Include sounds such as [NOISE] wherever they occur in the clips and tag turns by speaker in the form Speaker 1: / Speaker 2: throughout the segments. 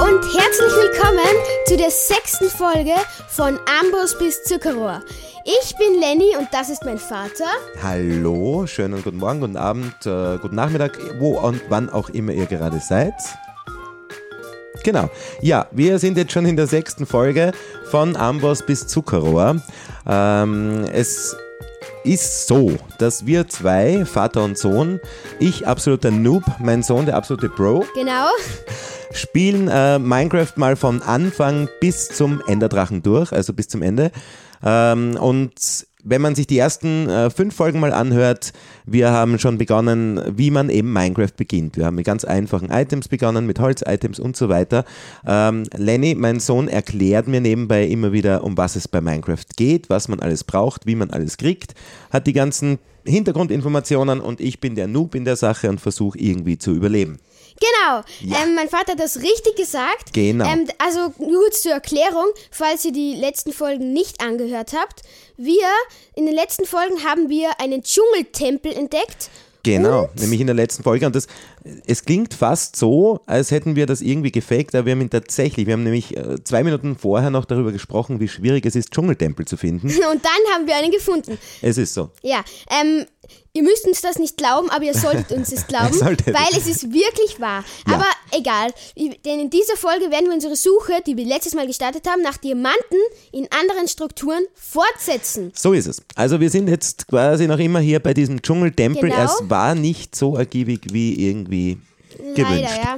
Speaker 1: Herzlich willkommen zu der sechsten Folge von Ambros bis Zuckerrohr. Ich bin Lenny und das ist mein Vater.
Speaker 2: Hallo, schönen guten Morgen, guten Abend, äh, guten Nachmittag, wo und wann auch immer ihr gerade seid. Genau. Ja, wir sind jetzt schon in der sechsten Folge von Amboss bis Zuckerrohr. Ähm, es ist so, dass wir zwei, Vater und Sohn, ich absoluter Noob, mein Sohn der absolute Pro,
Speaker 1: Genau. [LAUGHS]
Speaker 2: spielen äh, Minecraft mal von Anfang bis zum Enderdrachen durch, also bis zum Ende. Ähm, und wenn man sich die ersten äh, fünf Folgen mal anhört, wir haben schon begonnen, wie man eben Minecraft beginnt. Wir haben mit ganz einfachen Items begonnen, mit Holz-Items und so weiter. Ähm, Lenny, mein Sohn, erklärt mir nebenbei immer wieder, um was es bei Minecraft geht, was man alles braucht, wie man alles kriegt, hat die ganzen Hintergrundinformationen und ich bin der Noob in der Sache und versuche irgendwie zu überleben.
Speaker 1: Genau.
Speaker 2: Ja.
Speaker 1: Ähm, mein Vater hat das richtig gesagt.
Speaker 2: Genau.
Speaker 1: Ähm, also nur kurz zur Erklärung, falls ihr die letzten Folgen nicht angehört habt. Wir, in den letzten Folgen haben wir einen Dschungeltempel entdeckt. [LAUGHS]
Speaker 2: Genau, nämlich in der letzten Folge. Und das, es klingt fast so, als hätten wir das irgendwie gefaked, aber wir haben ihn tatsächlich, wir haben nämlich äh, zwei Minuten vorher noch darüber gesprochen, wie schwierig es ist, Dschungeltempel zu finden.
Speaker 1: Und dann haben wir einen gefunden.
Speaker 2: Es ist so.
Speaker 1: Ja, ähm, ihr müsst uns das nicht glauben, aber ihr solltet uns
Speaker 2: [LAUGHS]
Speaker 1: es glauben,
Speaker 2: Solltet.
Speaker 1: weil es ist wirklich wahr.
Speaker 2: Ja.
Speaker 1: Aber egal, denn in dieser Folge werden wir unsere Suche, die wir letztes Mal gestartet haben, nach Diamanten in anderen Strukturen fortsetzen.
Speaker 2: So ist es. Also wir sind jetzt quasi noch immer hier bei diesem Dschungeltempel.
Speaker 1: Genau.
Speaker 2: Es war nicht so ergiebig wie irgendwie gewünscht.
Speaker 1: Leider, ja.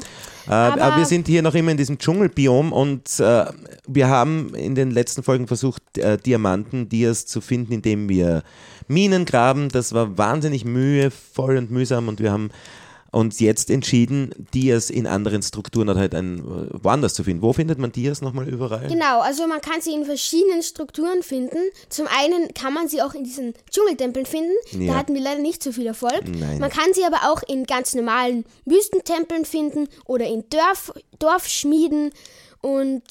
Speaker 2: Äh, aber,
Speaker 1: Aber-
Speaker 2: wir sind hier noch immer in diesem Dschungelbiom und äh, wir haben in den letzten Folgen versucht, äh, Diamanten, Dias zu finden, indem wir Minen graben. Das war wahnsinnig mühevoll und mühsam und wir haben uns jetzt entschieden, Dias in anderen Strukturen oder halt ein, äh, woanders zu finden. Wo findet man Dias nochmal überall?
Speaker 1: Genau, also man kann sie in verschiedenen Strukturen finden. Zum einen kann man sie auch in diesen Dschungeltempeln finden.
Speaker 2: Ja.
Speaker 1: Da hatten wir leider nicht so viel Erfolg.
Speaker 2: Nein.
Speaker 1: Man kann sie aber auch in ganz normalen Wüstentempeln finden oder in Dörf, Dorfschmieden. Und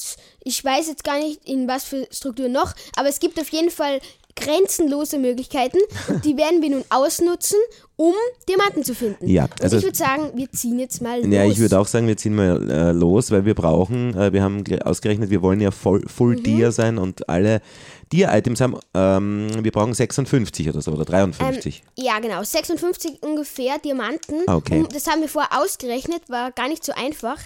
Speaker 1: ich weiß jetzt gar nicht, in was für Strukturen noch, aber es gibt auf jeden Fall grenzenlose
Speaker 2: [LAUGHS]
Speaker 1: Möglichkeiten und die werden wir nun ausnutzen, um Diamanten zu finden.
Speaker 2: Ja, also-
Speaker 1: und ich würde sagen, wir ziehen jetzt mal
Speaker 2: Ja,
Speaker 1: los.
Speaker 2: ich würde auch sagen, wir ziehen mal äh, los, weil wir brauchen, äh, wir haben ge- ausgerechnet, wir wollen ja voll, full
Speaker 1: Mhm.
Speaker 2: Tier sein und alle Tier-Items haben, ähm, wir brauchen 56 oder so oder 53.
Speaker 1: Ja, genau. 56 ungefähr Diamanten.
Speaker 2: Ah, okay.
Speaker 1: Um, das haben wir vorher ausgerechnet, war gar nicht so einfach.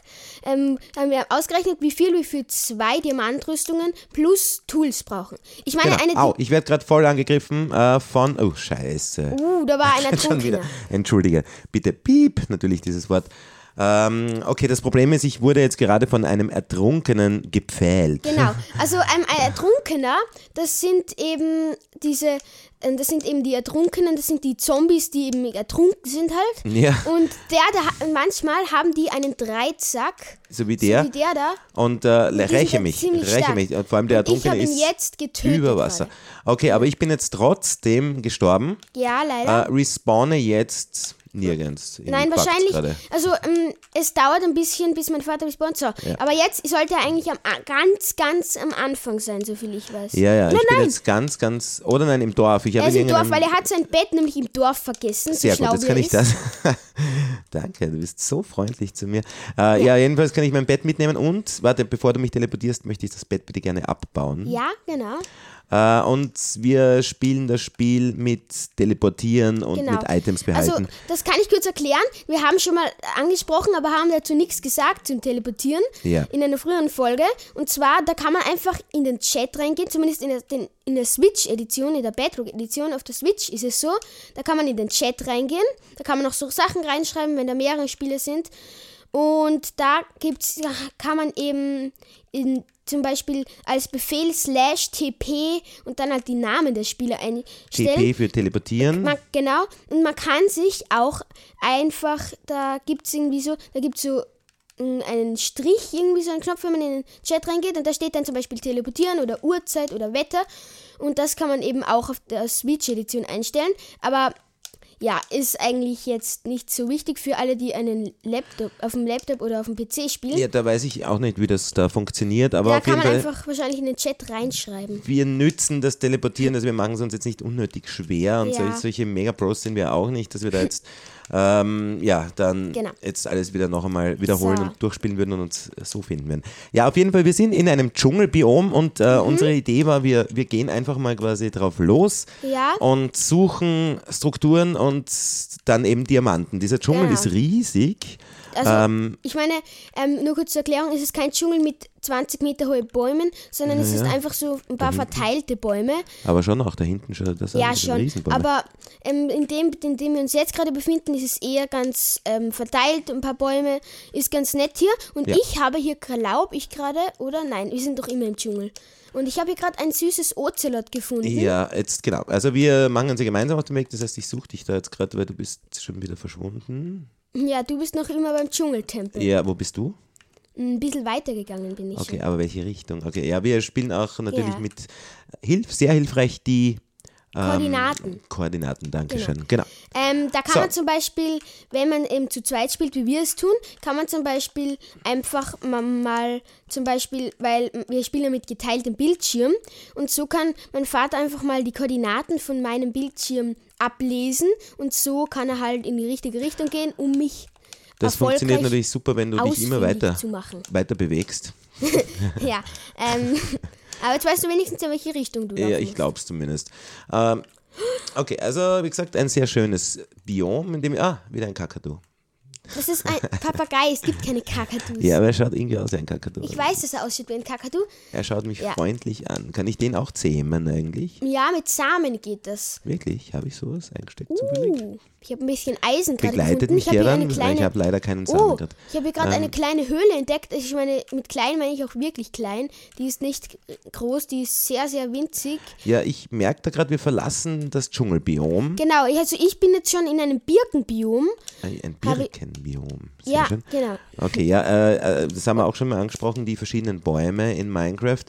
Speaker 1: Ähm, haben wir ausgerechnet, wie viel wir für zwei Diamantrüstungen plus Tools brauchen. Ich meine,
Speaker 2: genau.
Speaker 1: eine.
Speaker 2: Au, ich werde gerade voll angegriffen äh, von, oh [LAUGHS] scheiße,
Speaker 1: uh, da war einer
Speaker 2: schon wieder,
Speaker 1: Trunkener.
Speaker 2: entschuldige, bitte, piep, natürlich dieses Wort. Ähm, okay, das Problem ist, ich wurde jetzt gerade von einem Ertrunkenen gepfählt.
Speaker 1: Genau. Also ein, ein Ertrunkener, das sind eben diese, ähm, das sind eben die Ertrunkenen, das sind die Zombies, die eben ertrunken sind halt.
Speaker 2: Ja,
Speaker 1: Und der, da, manchmal haben die einen Dreizack,
Speaker 2: so wie der.
Speaker 1: wie der da.
Speaker 2: Und äh,
Speaker 1: sind
Speaker 2: räche
Speaker 1: jetzt
Speaker 2: mich,
Speaker 1: ziemlich
Speaker 2: räche
Speaker 1: stark.
Speaker 2: mich. Und vor allem der
Speaker 1: Und ich habe
Speaker 2: Ertrunkene
Speaker 1: ihn
Speaker 2: ist
Speaker 1: jetzt getötet.
Speaker 2: über Wasser.
Speaker 1: gerade.
Speaker 2: Okay, aber ich bin jetzt trotzdem gestorben.
Speaker 1: Ja, leider.
Speaker 2: Äh, respawne jetzt nirgends. Irgendwie
Speaker 1: Ah. Nein,
Speaker 2: packt's
Speaker 1: wahrscheinlich.
Speaker 2: gerade.
Speaker 1: Also ähm, es dauert ein bisschen, bis mein Vater respawnt. So. Aber jetzt sollte er eigentlich am, A- ganz, ganz am Anfang sein, so viel ich weiß.
Speaker 2: Ja, ja, ich
Speaker 1: Nein,
Speaker 2: bin
Speaker 1: nein.
Speaker 2: jetzt ganz, ganz. Oder nein, im Dorf. Ich
Speaker 1: er
Speaker 2: habe
Speaker 1: ist
Speaker 2: in
Speaker 1: im Dorf, weil
Speaker 2: irgendeinem.
Speaker 1: er hat sein Bett nämlich im Dorf vergessen.
Speaker 2: Sehr
Speaker 1: so schlau
Speaker 2: gut, jetzt
Speaker 1: wie
Speaker 2: kann
Speaker 1: er
Speaker 2: ich
Speaker 1: ist.
Speaker 2: das. [LAUGHS] Danke, du bist so freundlich zu mir. Äh, ja. jedenfalls kann ich mein Bett mitnehmen und, warte, bevor du mich teleportierst, möchte ich das Bett bitte gerne abbauen.
Speaker 1: Ja, genau.
Speaker 2: Äh, und wir spielen das Spiel mit Teleportieren und
Speaker 1: genau.
Speaker 2: mit Items behalten.
Speaker 1: Also, das kann ich kurz erklären. Wir haben schon mal angesprochen, aber haben dazu nichts gesagt zum Teleportieren
Speaker 2: Ja.
Speaker 1: in einer früheren Folge. Und zwar, da kann man einfach in den Chat reingehen, zumindest in der, den, in der Switch-Edition, in der Bedrock-Edition auf der Switch ist es so. Da kann man in den Chat reingehen, da kann man auch so Sachen reinschreiben, wenn da mehrere Spiele sind. Und da gibt's, kann man eben in, zum Beispiel als Befehl slash TP und dann halt die Namen der Spieler einstellen.
Speaker 2: TP für teleportieren.
Speaker 1: Man, genau, und man kann sich auch einfach, da gibt es irgendwie so, da gibt es so mm, einen Strich, irgendwie so einen Knopf, wenn man in den Chat reingeht und da steht dann zum Beispiel Teleportieren oder Uhrzeit oder Wetter und das kann man eben auch auf der Switch-Edition einstellen, aber ja, ist eigentlich jetzt nicht so wichtig für alle, die einen Laptop, auf dem Laptop oder auf dem PC spielen.
Speaker 2: Ja, da weiß ich auch nicht, wie das da funktioniert, aber
Speaker 1: da
Speaker 2: auf
Speaker 1: kann
Speaker 2: jeden
Speaker 1: man
Speaker 2: Fall,
Speaker 1: einfach wahrscheinlich in den Chat reinschreiben.
Speaker 2: wir nützen das Teleportieren, also wir machen es uns jetzt nicht unnötig schwer und
Speaker 1: Ja.
Speaker 2: solche, solche Mega-Pros sind wir auch nicht, dass wir da jetzt ähm, ja, dann
Speaker 1: Genau.
Speaker 2: jetzt alles wieder noch einmal wiederholen
Speaker 1: So.
Speaker 2: und durchspielen würden und uns äh, so finden würden. Ja, auf jeden Fall, wir sind in einem Dschungelbiom und äh,
Speaker 1: Mhm.
Speaker 2: unsere Idee war, wir, wir gehen einfach mal quasi drauf los
Speaker 1: Ja.
Speaker 2: und suchen Strukturen und dann eben Diamanten. Dieser Dschungel
Speaker 1: Genau.
Speaker 2: ist riesig.
Speaker 1: Also,
Speaker 2: Ähm,
Speaker 1: ich meine, ähm, nur kurz zur Erklärung, es ist kein Dschungel mit 20 Meter hohen Bäumen, sondern es ist einfach so ein paar verteilte Bäume.
Speaker 2: aber schon auch da hinten schon das
Speaker 1: Ja,
Speaker 2: mit den
Speaker 1: schon.
Speaker 2: Riesenbäumen.
Speaker 1: Aber ähm, in, dem, in dem wir uns jetzt gerade befinden, ist es eher ganz ähm, verteilt, ein paar Bäume, ist ganz nett hier. Und
Speaker 2: Ja.
Speaker 1: ich habe hier, glaube ich gerade, oder nein, wir sind doch immer im Dschungel. Und ich habe hier gerade ein süßes Ozelot gefunden.
Speaker 2: Ja, jetzt genau. Also wir machen uns ja gemeinsam auf den Weg. Das heißt, ich suche dich da jetzt gerade, weil du bist schon wieder verschwunden.
Speaker 1: Ja, du bist noch immer beim Dschungeltempel.
Speaker 2: Ja, wo bist du?
Speaker 1: Ein bisschen weitergegangen bin ich. schon.
Speaker 2: Okay, aber welche Richtung? Okay, ja, wir spielen auch natürlich
Speaker 1: Ja.
Speaker 2: mit äh, Hilf, sehr hilfreich die ähm,
Speaker 1: Koordinaten.
Speaker 2: Koordinaten. Dankeschön. Genau.
Speaker 1: Ähm, da kann
Speaker 2: So.
Speaker 1: man zum Beispiel, wenn man eben zu zweit spielt, wie wir es tun, kann man zum Beispiel einfach ma- mal zum Beispiel, weil wir spielen ja mit geteiltem Bildschirm und so kann mein Vater einfach mal die Koordinaten von meinem Bildschirm ablesen und so kann er halt in die richtige Richtung gehen, um mich
Speaker 2: Das
Speaker 1: erfolgreich
Speaker 2: funktioniert natürlich super, wenn du dich immer
Speaker 1: ausfindig
Speaker 2: weiter,
Speaker 1: zu machen.
Speaker 2: weiter bewegst.
Speaker 1: [LAUGHS] Ja, ähm, aber jetzt weißt du wenigstens, in welche Richtung du
Speaker 2: Ja,
Speaker 1: laufen
Speaker 2: ich
Speaker 1: musst.
Speaker 2: glaube es zumindest. Ähm, okay, also wie gesagt, ein sehr schönes Biom, in dem. Ah, wieder ein Kakadu.
Speaker 1: Das ist ein Papagei, es gibt keine Kakadus.
Speaker 2: [LAUGHS] Ja, aber er schaut irgendwie aus wie ein Kakadu.
Speaker 1: Ich weiß, dass er aussieht wie ein Kakadu.
Speaker 2: Er schaut mich
Speaker 1: Ja.
Speaker 2: freundlich an. Kann ich den auch zähmen eigentlich?
Speaker 1: Ja, mit Samen geht das.
Speaker 2: Wirklich? Habe ich sowas eingesteckt? zufällig?
Speaker 1: Uh, ich habe ein bisschen Eisen gerade
Speaker 2: Begleitet
Speaker 1: gefunden.
Speaker 2: mich
Speaker 1: Ich habe
Speaker 2: der
Speaker 1: hier
Speaker 2: dann?
Speaker 1: eine
Speaker 2: Weil Ich
Speaker 1: kleine.
Speaker 2: habe leider keinen Samen
Speaker 1: Oh,
Speaker 2: grad.
Speaker 1: ich habe hier gerade eine
Speaker 2: Ähm.
Speaker 1: kleine Höhle entdeckt. Ich meine, mit klein meine ich auch wirklich klein. Die ist nicht groß, die ist sehr, sehr winzig.
Speaker 2: Ja, ich merke da gerade, wir verlassen das Dschungelbiom.
Speaker 1: Genau, ich- also ich bin jetzt schon in einem Birkenbiom.
Speaker 2: Äh, Ein ein
Speaker 1: Habe ich-
Speaker 2: Birkenbiom. Sehr
Speaker 1: Ja,
Speaker 2: schön.
Speaker 1: genau.
Speaker 2: Okay, ja, äh, äh, das haben wir auch schon mal angesprochen, die verschiedenen Bäume in Minecraft.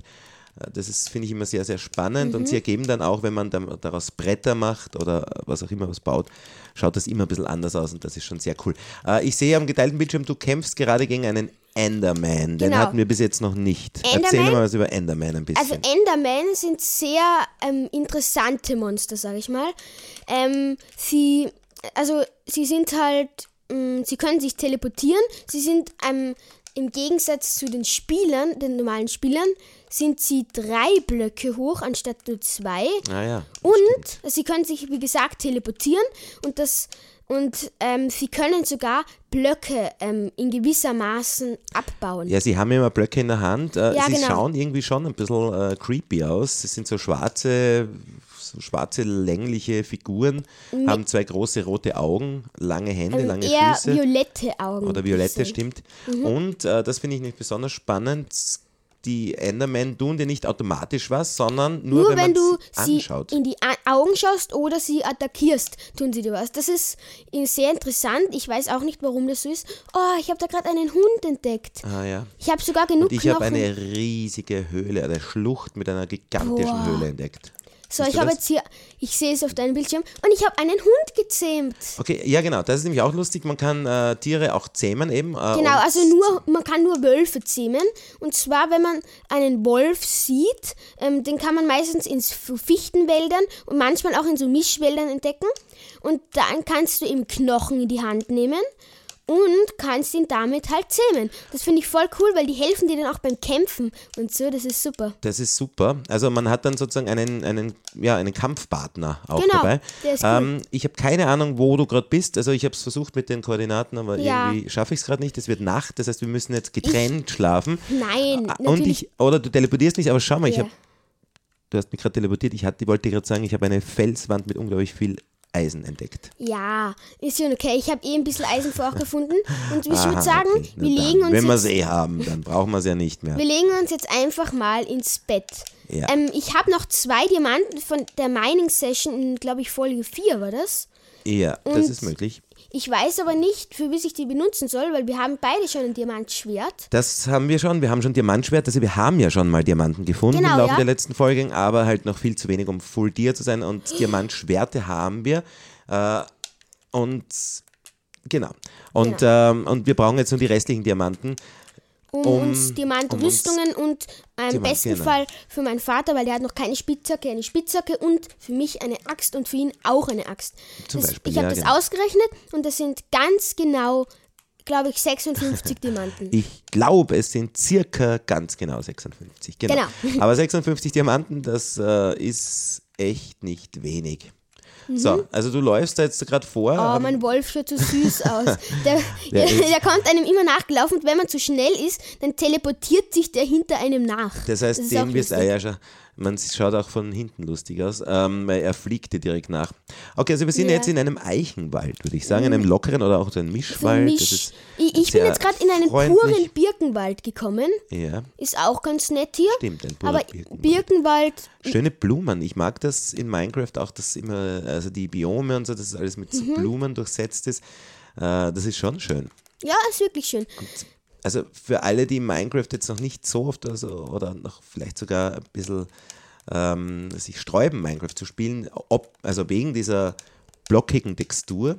Speaker 2: Äh, Das ist, finde ich, immer sehr, sehr spannend
Speaker 1: Mhm.
Speaker 2: und sie ergeben dann auch, wenn man dann daraus Bretter macht oder was auch immer was baut, schaut das immer ein bisschen anders aus und das ist schon sehr cool. Äh, ich sehe am geteilten Bildschirm, du kämpfst gerade gegen einen Enderman. Den
Speaker 1: Genau.
Speaker 2: hatten wir bis jetzt noch nicht. Erzähl
Speaker 1: Enderman?
Speaker 2: mal was über Enderman ein bisschen.
Speaker 1: Also Endermen sind sehr ähm, interessante Monster, sage ich mal. Ähm, sie, also sie sind halt, ähm, sie können sich teleportieren. Sie sind ähm, im Gegensatz zu den Spielern, den normalen Spielern, sind sie drei Blöcke hoch anstatt nur zwei.
Speaker 2: ah, ja.
Speaker 1: Und sie können sich, wie gesagt, teleportieren und das und ähm, sie können sogar Blöcke ähm, in gewissermaßen abbauen.
Speaker 2: Ja, sie haben immer Blöcke in der Hand. Äh,
Speaker 1: Ja,
Speaker 2: sie
Speaker 1: genau.
Speaker 2: schauen irgendwie schon ein bisschen äh, creepy aus. Es sind so schwarze, so schwarze längliche Figuren, haben zwei große rote Augen, lange Hände, lange
Speaker 1: Mhm. Also Eher Mhm.
Speaker 2: Füße.
Speaker 1: violette Augen.
Speaker 2: oder violette,
Speaker 1: sind.
Speaker 2: stimmt. Und äh, das finde ich nicht besonders spannend. Die Endermen tun dir nicht automatisch was, sondern nur,
Speaker 1: Nur
Speaker 2: wenn,
Speaker 1: wenn,
Speaker 2: man
Speaker 1: du
Speaker 2: sie
Speaker 1: sie
Speaker 2: anschaut.
Speaker 1: in die A Augen schaust oder sie attackierst, tun sie dir was. Das ist äh, sehr interessant. Ich weiß auch nicht, warum das so ist. Oh, ich habe da gerade einen Hund entdeckt.
Speaker 2: Ah, ja.
Speaker 1: Ich habe sogar genug
Speaker 2: Und ich habe
Speaker 1: Knochen.
Speaker 2: eine riesige Höhle, eine Schlucht mit einer gigantischen
Speaker 1: Boah.
Speaker 2: Höhle entdeckt.
Speaker 1: so, ich
Speaker 2: Siehst du
Speaker 1: habe
Speaker 2: das?
Speaker 1: jetzt hier, ich sehe es auf deinem Bildschirm und ich habe einen Hund gezähmt.
Speaker 2: Okay, ja genau, das ist nämlich auch lustig. Man kann äh, Tiere auch zähmen eben. Äh,
Speaker 1: Genau,
Speaker 2: und-
Speaker 1: also nur, man kann nur Wölfe zähmen. Und zwar, wenn man einen Wolf sieht, ähm, den kann man meistens in so Fichtenwäldern und manchmal auch in so Mischwäldern entdecken. Und dann kannst du ihm Knochen in die Hand nehmen und kannst ihn damit halt zähmen. Das finde ich voll cool, weil die helfen dir dann auch beim Kämpfen und so, das ist super.
Speaker 2: Das ist super. Also man hat dann sozusagen einen, einen, ja, einen Kampfpartner auch
Speaker 1: Genau,
Speaker 2: dabei.
Speaker 1: der ist cool.
Speaker 2: ähm, ich habe keine Ahnung, wo du gerade bist. Also ich habe es versucht mit den Koordinaten, aber
Speaker 1: Ja.
Speaker 2: irgendwie schaffe ich es gerade nicht. Es wird Nacht, das heißt, wir müssen jetzt getrennt schlafen.
Speaker 1: Nein,
Speaker 2: Ah, Und
Speaker 1: natürlich.
Speaker 2: ich, oder du teleportierst nicht, aber schau mal, ich
Speaker 1: Ja.
Speaker 2: hab, du hast mich gerade teleportiert. Ich hatte, wollte gerade sagen, ich habe eine Felswand mit unglaublich viel Eisen entdeckt.
Speaker 1: Ja, ist schon okay. Ich habe eh ein bisschen Eisen vorher gefunden.
Speaker 2: [LAUGHS]
Speaker 1: Und ich würde
Speaker 2: Aha,
Speaker 1: sagen,
Speaker 2: Ah, okay. Na
Speaker 1: wir
Speaker 2: dann,
Speaker 1: legen uns
Speaker 2: Wenn wir
Speaker 1: jetzt
Speaker 2: es eh haben, dann brauchen wir es ja nicht mehr.
Speaker 1: Wir legen uns jetzt einfach mal ins Bett.
Speaker 2: Ja.
Speaker 1: Ähm, ich habe noch zwei Diamanten von der Mining Session in, glaube ich, Folge 4 war das.
Speaker 2: Ja, das ist möglich.
Speaker 1: Ich weiß aber nicht, für was ich die benutzen soll, weil wir haben beide schon ein Diamantschwert.
Speaker 2: Das haben wir schon. Wir haben schon Diamantschwert. Also wir haben ja schon mal Diamanten gefunden
Speaker 1: Genau,
Speaker 2: im Laufe
Speaker 1: ja.
Speaker 2: der letzten Folgen, aber halt noch viel zu wenig, um Full Deer zu
Speaker 1: [GASPS]
Speaker 2: sein. Und Diamantschwerte haben wir. Äh,
Speaker 1: Genau.
Speaker 2: und genau. Und, Ähm, und wir brauchen jetzt nur die restlichen Diamanten.
Speaker 1: um,
Speaker 2: Um-
Speaker 1: uns
Speaker 2: um uns-
Speaker 1: Diamantrüstungen und äh, im
Speaker 2: Diamant,
Speaker 1: besten
Speaker 2: genau.
Speaker 1: Fall für meinen Vater, weil der hat noch keine Spitzhacke, eine Spitzhacke und für mich eine Axt und für ihn auch eine Axt.
Speaker 2: Zum
Speaker 1: das,
Speaker 2: Beispiel,
Speaker 1: ich habe
Speaker 2: ja,
Speaker 1: das
Speaker 2: genau.
Speaker 1: ausgerechnet und das sind ganz genau, glaube ich,
Speaker 2: [LAUGHS]
Speaker 1: 56 Diamanten.
Speaker 2: Ich glaube, es sind circa ganz genau 56. Genau.
Speaker 1: Genau.
Speaker 2: [LAUGHS] Aber 56 Diamanten, das äh, ist echt nicht wenig. So, also du läufst da jetzt gerade vor.
Speaker 1: Mhm. Oh,
Speaker 2: Ah, aber- eh.
Speaker 1: mein Wolf schaut so
Speaker 2: [LAUGHS]
Speaker 1: süß aus. Der, der,
Speaker 2: ist-
Speaker 1: kommt einem immer nachgelaufen und wenn man zu schnell ist, dann teleportiert sich der hinter einem nach.
Speaker 2: das heißt,
Speaker 1: ist auch
Speaker 2: dem wirst ah,
Speaker 1: lustig.
Speaker 2: ja, schon, man schaut auch von hinten lustig aus, ähm, weil er fliegt dir direkt nach. Okay, also wir sind
Speaker 1: Ja.
Speaker 2: jetzt in einem Eichenwald, würde ich sagen, in einem lockeren oder auch so einem
Speaker 1: So ein
Speaker 2: Mischwald. Das
Speaker 1: Misch.
Speaker 2: ist
Speaker 1: ich ich bin
Speaker 2: sehr
Speaker 1: jetzt gerade in einen
Speaker 2: freundlich.
Speaker 1: puren Birkenwald gekommen.
Speaker 2: ja,
Speaker 1: Ist auch ganz nett hier.
Speaker 2: stimmt, ein purer
Speaker 1: Aber
Speaker 2: Birkenwald.
Speaker 1: Birkenwald,
Speaker 2: Schöne Blumen. Ich mag das in Minecraft auch, dass immer, also die Biome und so, dass alles mit
Speaker 1: Mhm.
Speaker 2: so Blumen durchsetzt ist. Äh, das ist schon schön.
Speaker 1: ja, ist wirklich schön.
Speaker 2: Also für alle, die Minecraft jetzt noch nicht so oft also, oder noch vielleicht sogar ein bisschen ähm, sich sträuben, Minecraft zu spielen, ob, also wegen dieser blockigen Textur,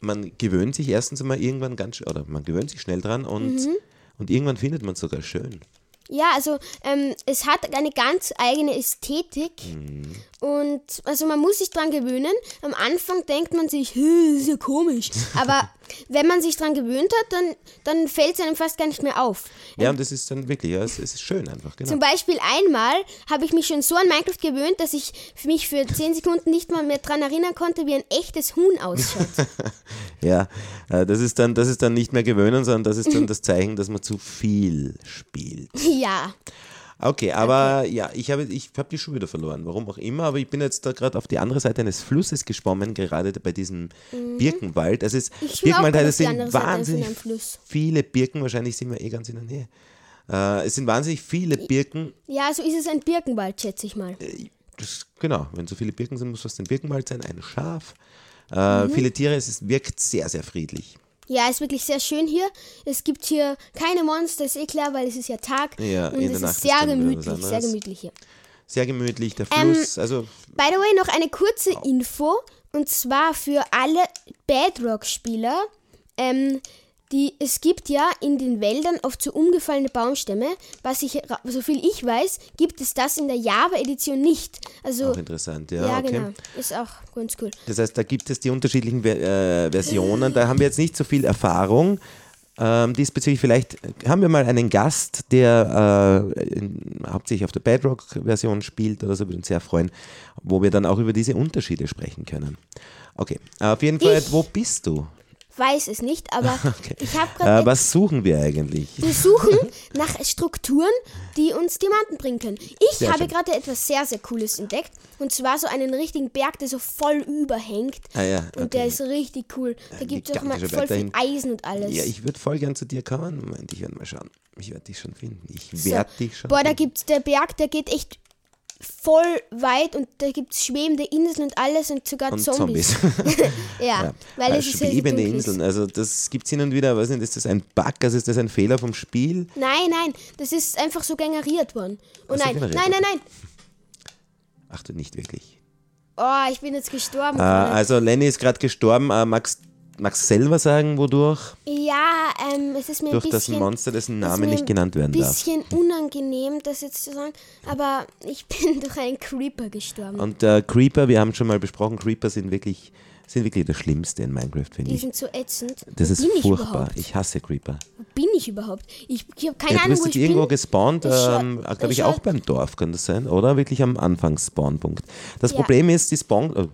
Speaker 2: man gewöhnt sich erstens einmal irgendwann ganz, sch- oder man gewöhnt sich schnell dran und, und irgendwann findet man es sogar schön.
Speaker 1: Ja, also ähm, es hat eine ganz eigene Ästhetik und also man muss sich dran gewöhnen. Am Anfang denkt man sich, "Hä, das ist ja komisch, aber wenn man sich dran gewöhnt hat, dann, dann fällt es einem fast gar nicht mehr auf.
Speaker 2: Ja, und das ist dann wirklich, ja, es, es ist schön einfach, genau.
Speaker 1: Zum Beispiel einmal habe ich mich schon so an Minecraft gewöhnt, dass ich mich für 10 Sekunden nicht mal mehr dran erinnern konnte, wie ein echtes Huhn ausschaut.
Speaker 2: Ja, äh, das ist dann, das ist dann nicht mehr gewöhnen, sondern das ist dann das Zeichen, dass man zu viel spielt.
Speaker 1: ja,
Speaker 2: Okay, aber ja, ich habe ich hab die Schuhe wieder verloren, warum auch immer, aber ich bin jetzt da gerade auf die andere Seite eines Flusses geschwommen, gerade bei diesem Birkenwald. Das ist,
Speaker 1: Mhm. Ich schwimme auch
Speaker 2: Birkenwald
Speaker 1: gerade
Speaker 2: heißt,
Speaker 1: auf
Speaker 2: es
Speaker 1: die
Speaker 2: sind
Speaker 1: andere Seite von
Speaker 2: wahnsinnig
Speaker 1: einem Fluss.
Speaker 2: viele Birken, wahrscheinlich sind wir eh ganz in der Nähe. Äh, es sind wahnsinnig viele Birken.
Speaker 1: ja, so ist es ein Birkenwald, schätze ich mal.
Speaker 2: Das, genau, wenn so viele Birken sind, muss was ein Birkenwald sein, ein Schaf.
Speaker 1: Mhm.
Speaker 2: Äh, Viele Tiere, es ist, wirkt sehr, sehr friedlich.
Speaker 1: Ja, ist wirklich sehr schön hier. Es gibt hier keine Monster, ist eh klar, weil es ist ja Tag.
Speaker 2: Ja,
Speaker 1: und
Speaker 2: in der
Speaker 1: es
Speaker 2: Nacht
Speaker 1: ist
Speaker 2: ist
Speaker 1: sehr
Speaker 2: dann wieder
Speaker 1: gemütlich,
Speaker 2: was
Speaker 1: sehr
Speaker 2: anderes.
Speaker 1: gemütlich hier.
Speaker 2: Sehr gemütlich, der
Speaker 1: Ähm,
Speaker 2: Fluss, also
Speaker 1: By the way, noch eine kurze Info. Und zwar für alle Bedrock-Spieler. Ähm, die, es gibt ja in den Wäldern oft so umgefallene Baumstämme. Was ich, ra- so viel ich weiß, gibt es das in der Java-Edition nicht. Also,
Speaker 2: Auch interessant, ja.
Speaker 1: ja,
Speaker 2: Ah, okay.
Speaker 1: genau. Ist auch ganz cool.
Speaker 2: Das heißt, da gibt es die unterschiedlichen Ver äh, Versionen. Da haben wir jetzt nicht so viel Erfahrung. Ähm, diesbezüglich vielleicht haben wir mal einen Gast, der äh, in, hauptsächlich auf der Bedrock-Version spielt oder so, würde uns sehr freuen, wo wir dann auch über diese Unterschiede sprechen können. Okay, auf jeden Fall,
Speaker 1: Ich-
Speaker 2: wo bist du?
Speaker 1: Weiß es nicht,
Speaker 2: [LAUGHS]
Speaker 1: aber ich habe gerade
Speaker 2: Äh, was suchen wir eigentlich?
Speaker 1: Wir
Speaker 2: [LAUGHS]
Speaker 1: suchen nach Strukturen, die uns Diamanten bringen können. Ich
Speaker 2: Sehr
Speaker 1: habe
Speaker 2: schön.
Speaker 1: gerade etwas sehr, sehr Cooles entdeckt. Und zwar so einen richtigen Berg, der so voll überhängt.
Speaker 2: Ah ja,
Speaker 1: Und der ist richtig cool. Da gibt es auch mal
Speaker 2: gigantischer
Speaker 1: voll
Speaker 2: Berg
Speaker 1: viel
Speaker 2: dahin.
Speaker 1: Eisen und alles.
Speaker 2: Ja, ich würde voll gern zu dir kommen. Moment, ich werde mal schauen. Ich werde dich schon finden. Ich
Speaker 1: So.
Speaker 2: werde dich schon
Speaker 1: Boah, da
Speaker 2: finden.
Speaker 1: gibt's der Berg, der geht echt voll weit und da gibt es schwebende Inseln und alles und sogar
Speaker 2: Und
Speaker 1: Zombies.
Speaker 2: Zombies.
Speaker 1: Ja, weil
Speaker 2: Äh,
Speaker 1: es ist ja so
Speaker 2: schwebende
Speaker 1: dunkel ist.
Speaker 2: Inseln, also das gibt es hin und wieder, weiß nicht, ist das ein Bug, also ist das ein Fehler vom Spiel?
Speaker 1: Nein, nein, das ist einfach so generiert worden. Oh
Speaker 2: Ach
Speaker 1: nein,
Speaker 2: so,
Speaker 1: nein,
Speaker 2: generiert,
Speaker 1: nein, nein.
Speaker 2: Ach du, nicht wirklich.
Speaker 1: Oh, ich bin jetzt gestorben.
Speaker 2: Äh, also Lenny ist gerade gestorben, äh, magst, magst selber sagen, wodurch?
Speaker 1: ja, ähm, es ist mir
Speaker 2: Durch
Speaker 1: ein
Speaker 2: das
Speaker 1: bisschen
Speaker 2: Monster, dessen
Speaker 1: ist
Speaker 2: Name
Speaker 1: mir
Speaker 2: nicht genannt werden darf.
Speaker 1: bisschen unangenehm, das jetzt zu sagen, aber ich bin [LAUGHS] durch einen Creeper gestorben.
Speaker 2: Und äh, Creeper, wir haben schon mal besprochen, Creeper sind wirklich, sind wirklich das Schlimmste in Minecraft, finde
Speaker 1: Die
Speaker 2: ich.
Speaker 1: sind so ätzend.
Speaker 2: Das
Speaker 1: wo
Speaker 2: ist
Speaker 1: bin ich
Speaker 2: furchtbar.
Speaker 1: überhaupt?
Speaker 2: Ich hasse Creeper.
Speaker 1: Wo bin ich überhaupt? Ich, ich habe keine
Speaker 2: Ja, du
Speaker 1: Ahnung,
Speaker 2: bist
Speaker 1: wo ich
Speaker 2: jetzt irgendwo
Speaker 1: bin.
Speaker 2: gespawnt,
Speaker 1: Das schaut-
Speaker 2: ähm,
Speaker 1: das
Speaker 2: glaube ich
Speaker 1: schaut-
Speaker 2: auch beim Dorf, kann das sein, oder? Wirklich am Anfangs-Spawnpunkt. Das
Speaker 1: Ja.
Speaker 2: Problem ist, die Spawn... Oh,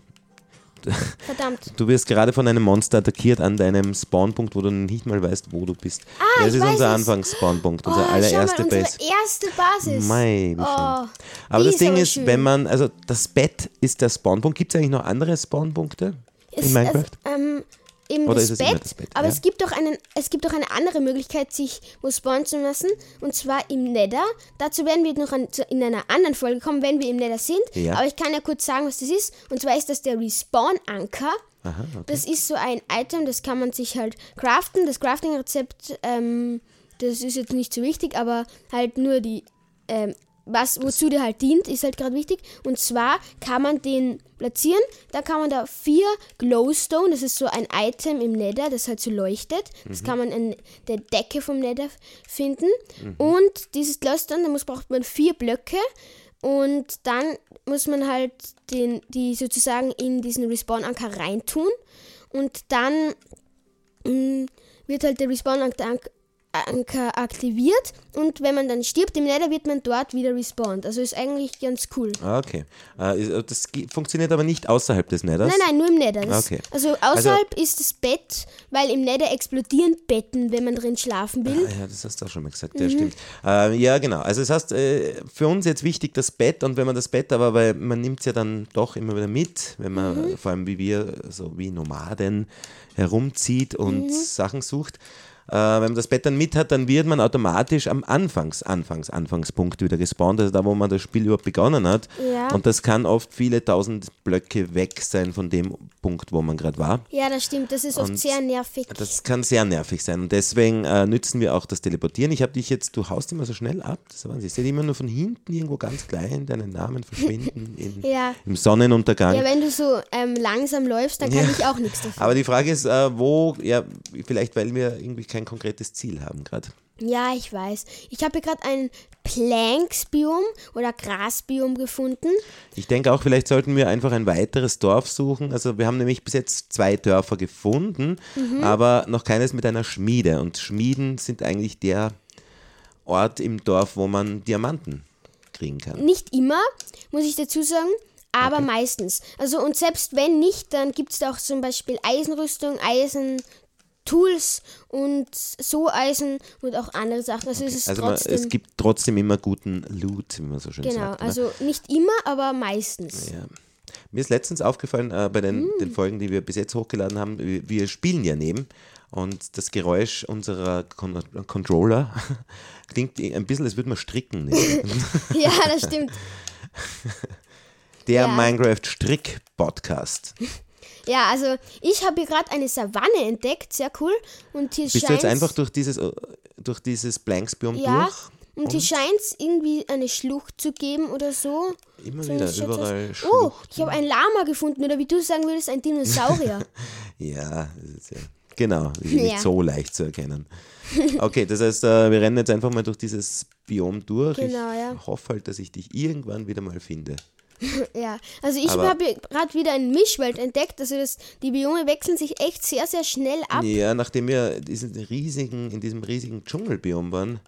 Speaker 1: Verdammt.
Speaker 2: Du wirst gerade von einem Monster attackiert an deinem Spawnpunkt, wo du nicht mal weißt, wo du bist. Ah,
Speaker 1: ich
Speaker 2: das ist
Speaker 1: weiß
Speaker 2: unser
Speaker 1: es.
Speaker 2: Anfangsspawnpunkt,
Speaker 1: Oh,
Speaker 2: unser allererste
Speaker 1: schau mal,
Speaker 2: Base.
Speaker 1: unsere erste Basis.
Speaker 2: Mei, wie schön.
Speaker 1: oh,
Speaker 2: Aber
Speaker 1: die
Speaker 2: das Ding
Speaker 1: aber
Speaker 2: ist,
Speaker 1: schön.
Speaker 2: wenn man, also das Bett ist der Spawnpunkt. Gibt es eigentlich noch andere Spawnpunkte
Speaker 1: Es-
Speaker 2: in Minecraft?
Speaker 1: Es, ähm, eben
Speaker 2: Oder
Speaker 1: das,
Speaker 2: ist es immer
Speaker 1: Bett,
Speaker 2: das Bett,
Speaker 1: aber
Speaker 2: ja?
Speaker 1: es gibt auch einen, es gibt auch eine andere Möglichkeit, sich wo spawnen zu lassen, und zwar im Nether. Dazu werden wir noch an, zu, in einer anderen Folge kommen, wenn wir im Nether sind.
Speaker 2: Ja.
Speaker 1: Aber ich kann ja kurz sagen, was das ist. Und zwar ist das der Respawn-Anker.
Speaker 2: Aha, okay.
Speaker 1: Das ist so ein Item, das kann man sich halt craften. Das Crafting-Rezept, ähm, das ist jetzt nicht so wichtig, aber halt nur die, ähm, was, wozu der halt dient, ist halt gerade wichtig. Und zwar kann man den platzieren. Da kann man da vier Glowstone, das ist so ein Item im Nether, das halt so leuchtet. Das kann man in der Decke vom Nether finden. Und dieses Glowstone, da muss, braucht man vier Blöcke. Und dann muss man halt den, die sozusagen in diesen Respawn-Anker reintun. Und dann ähm, wird halt der Respawn-Anker Anker aktiviert und wenn man dann stirbt im Nether wird man dort wieder respawned. Also ist eigentlich ganz cool.
Speaker 2: Ah, Okay. Äh, ist- Das ge- funktioniert aber nicht außerhalb des Nethers.
Speaker 1: Nein, nein, nur im Nether. Das,
Speaker 2: Okay.
Speaker 1: Also außerhalb ist das Bett, weil im Nether explodieren Betten, wenn man drin schlafen will.
Speaker 2: Ah, ja, das hast du auch schon mal gesagt, ja, stimmt. Äh, ja, genau. Also, das heißt, äh, für uns jetzt wichtig das Bett und wenn man das Bett, aber weil man nimmt es ja dann doch immer wieder mit, wenn man, äh, vor allem wie wir, so wie Nomaden herumzieht und Sachen sucht. Äh, wenn man das Bett dann mit hat, dann wird man automatisch am Anfangs, Anfangs, Anfangspunkt wieder gespawnt, also da, wo man das Spiel überhaupt begonnen hat.
Speaker 1: Ja.
Speaker 2: Und das kann oft viele tausend Blöcke weg sein von dem Punkt, wo man gerade war.
Speaker 1: Ja, das stimmt. Das ist oft sehr nervig.
Speaker 2: Das kann sehr nervig sein und deswegen äh, nützen wir auch das Teleportieren. Ich habe dich jetzt, du haust immer so schnell ab, das ist der Wahnsinn. Ich sehe dich immer nur von hinten irgendwo ganz klein, deinen
Speaker 1: [LAUGHS]
Speaker 2: Namen verschwinden in,
Speaker 1: Ja.
Speaker 2: im Sonnenuntergang.
Speaker 1: ja, wenn du so ähm, langsam läufst, dann kann ich auch nichts dafür.
Speaker 2: Aber die Frage ist, äh, wo, ja, vielleicht weil wir irgendwie kein konkretes Ziel haben gerade.
Speaker 1: Ja, ich weiß. Ich habe hier gerade ein Planks-Biom oder Grasbiom gefunden.
Speaker 2: Ich denke auch, vielleicht sollten wir einfach ein weiteres Dorf suchen. Also wir haben nämlich bis jetzt zwei Dörfer gefunden,
Speaker 1: Mhm.
Speaker 2: aber noch keines mit einer Schmiede. Und Schmieden sind eigentlich der Ort im Dorf, wo man Diamanten kriegen kann.
Speaker 1: Nicht immer, muss ich dazu sagen, aber meistens. Also und selbst wenn nicht, dann gibt es da auch zum Beispiel Eisenrüstung, Eisen. Tools und so Eisen und auch andere Sachen. Also es ist
Speaker 2: Also man,
Speaker 1: trotzdem.
Speaker 2: es gibt trotzdem immer guten Loot, wie man so schön
Speaker 1: genau,
Speaker 2: sagt. ne?
Speaker 1: also nicht immer, aber meistens.
Speaker 2: ja. Mir ist letztens aufgefallen, äh, bei
Speaker 1: Hm.
Speaker 2: den, den Folgen, die wir bis jetzt hochgeladen haben, wir, wir spielen ja neben und das Geräusch unserer Con Controller [LAUGHS] klingt eh ein bisschen, als würde man
Speaker 1: [LAUGHS]
Speaker 2: stricken. nehmen.
Speaker 1: Ja, das stimmt.
Speaker 2: Der
Speaker 1: Ja.
Speaker 2: Minecraft-Strick-Podcast.
Speaker 1: Ja, also ich habe hier gerade eine Savanne entdeckt, sehr cool. Und hier
Speaker 2: Bist
Speaker 1: scheint
Speaker 2: du jetzt einfach durch dieses, äh, durch dieses Blanksbiom
Speaker 1: ja,
Speaker 2: durch?
Speaker 1: und, hier scheint es irgendwie eine Schlucht zu geben oder so.
Speaker 2: Immer
Speaker 1: So
Speaker 2: wieder,
Speaker 1: ein Schätz-
Speaker 2: überall
Speaker 1: Oh,
Speaker 2: Schluchten.
Speaker 1: ich habe ein Lama gefunden oder wie du sagen würdest, ein Dinosaurier.
Speaker 2: Ja, das ist ja genau, das ist nicht
Speaker 1: Ja.
Speaker 2: so leicht
Speaker 1: [LAUGHS]
Speaker 2: zu erkennen. Okay, das heißt, äh, wir rennen jetzt einfach mal durch dieses Biom durch.
Speaker 1: Genau,
Speaker 2: ich
Speaker 1: ja.
Speaker 2: hoffe halt, dass ich dich irgendwann wieder mal finde.
Speaker 1: ja, also ich
Speaker 2: Aber-
Speaker 1: habe gerade wieder ein Mischwald entdeckt. Also das, die Biome wechseln sich echt sehr, sehr schnell ab.
Speaker 2: Ja, nachdem wir diesen riesigen, in diesem riesigen Dschungelbiom waren,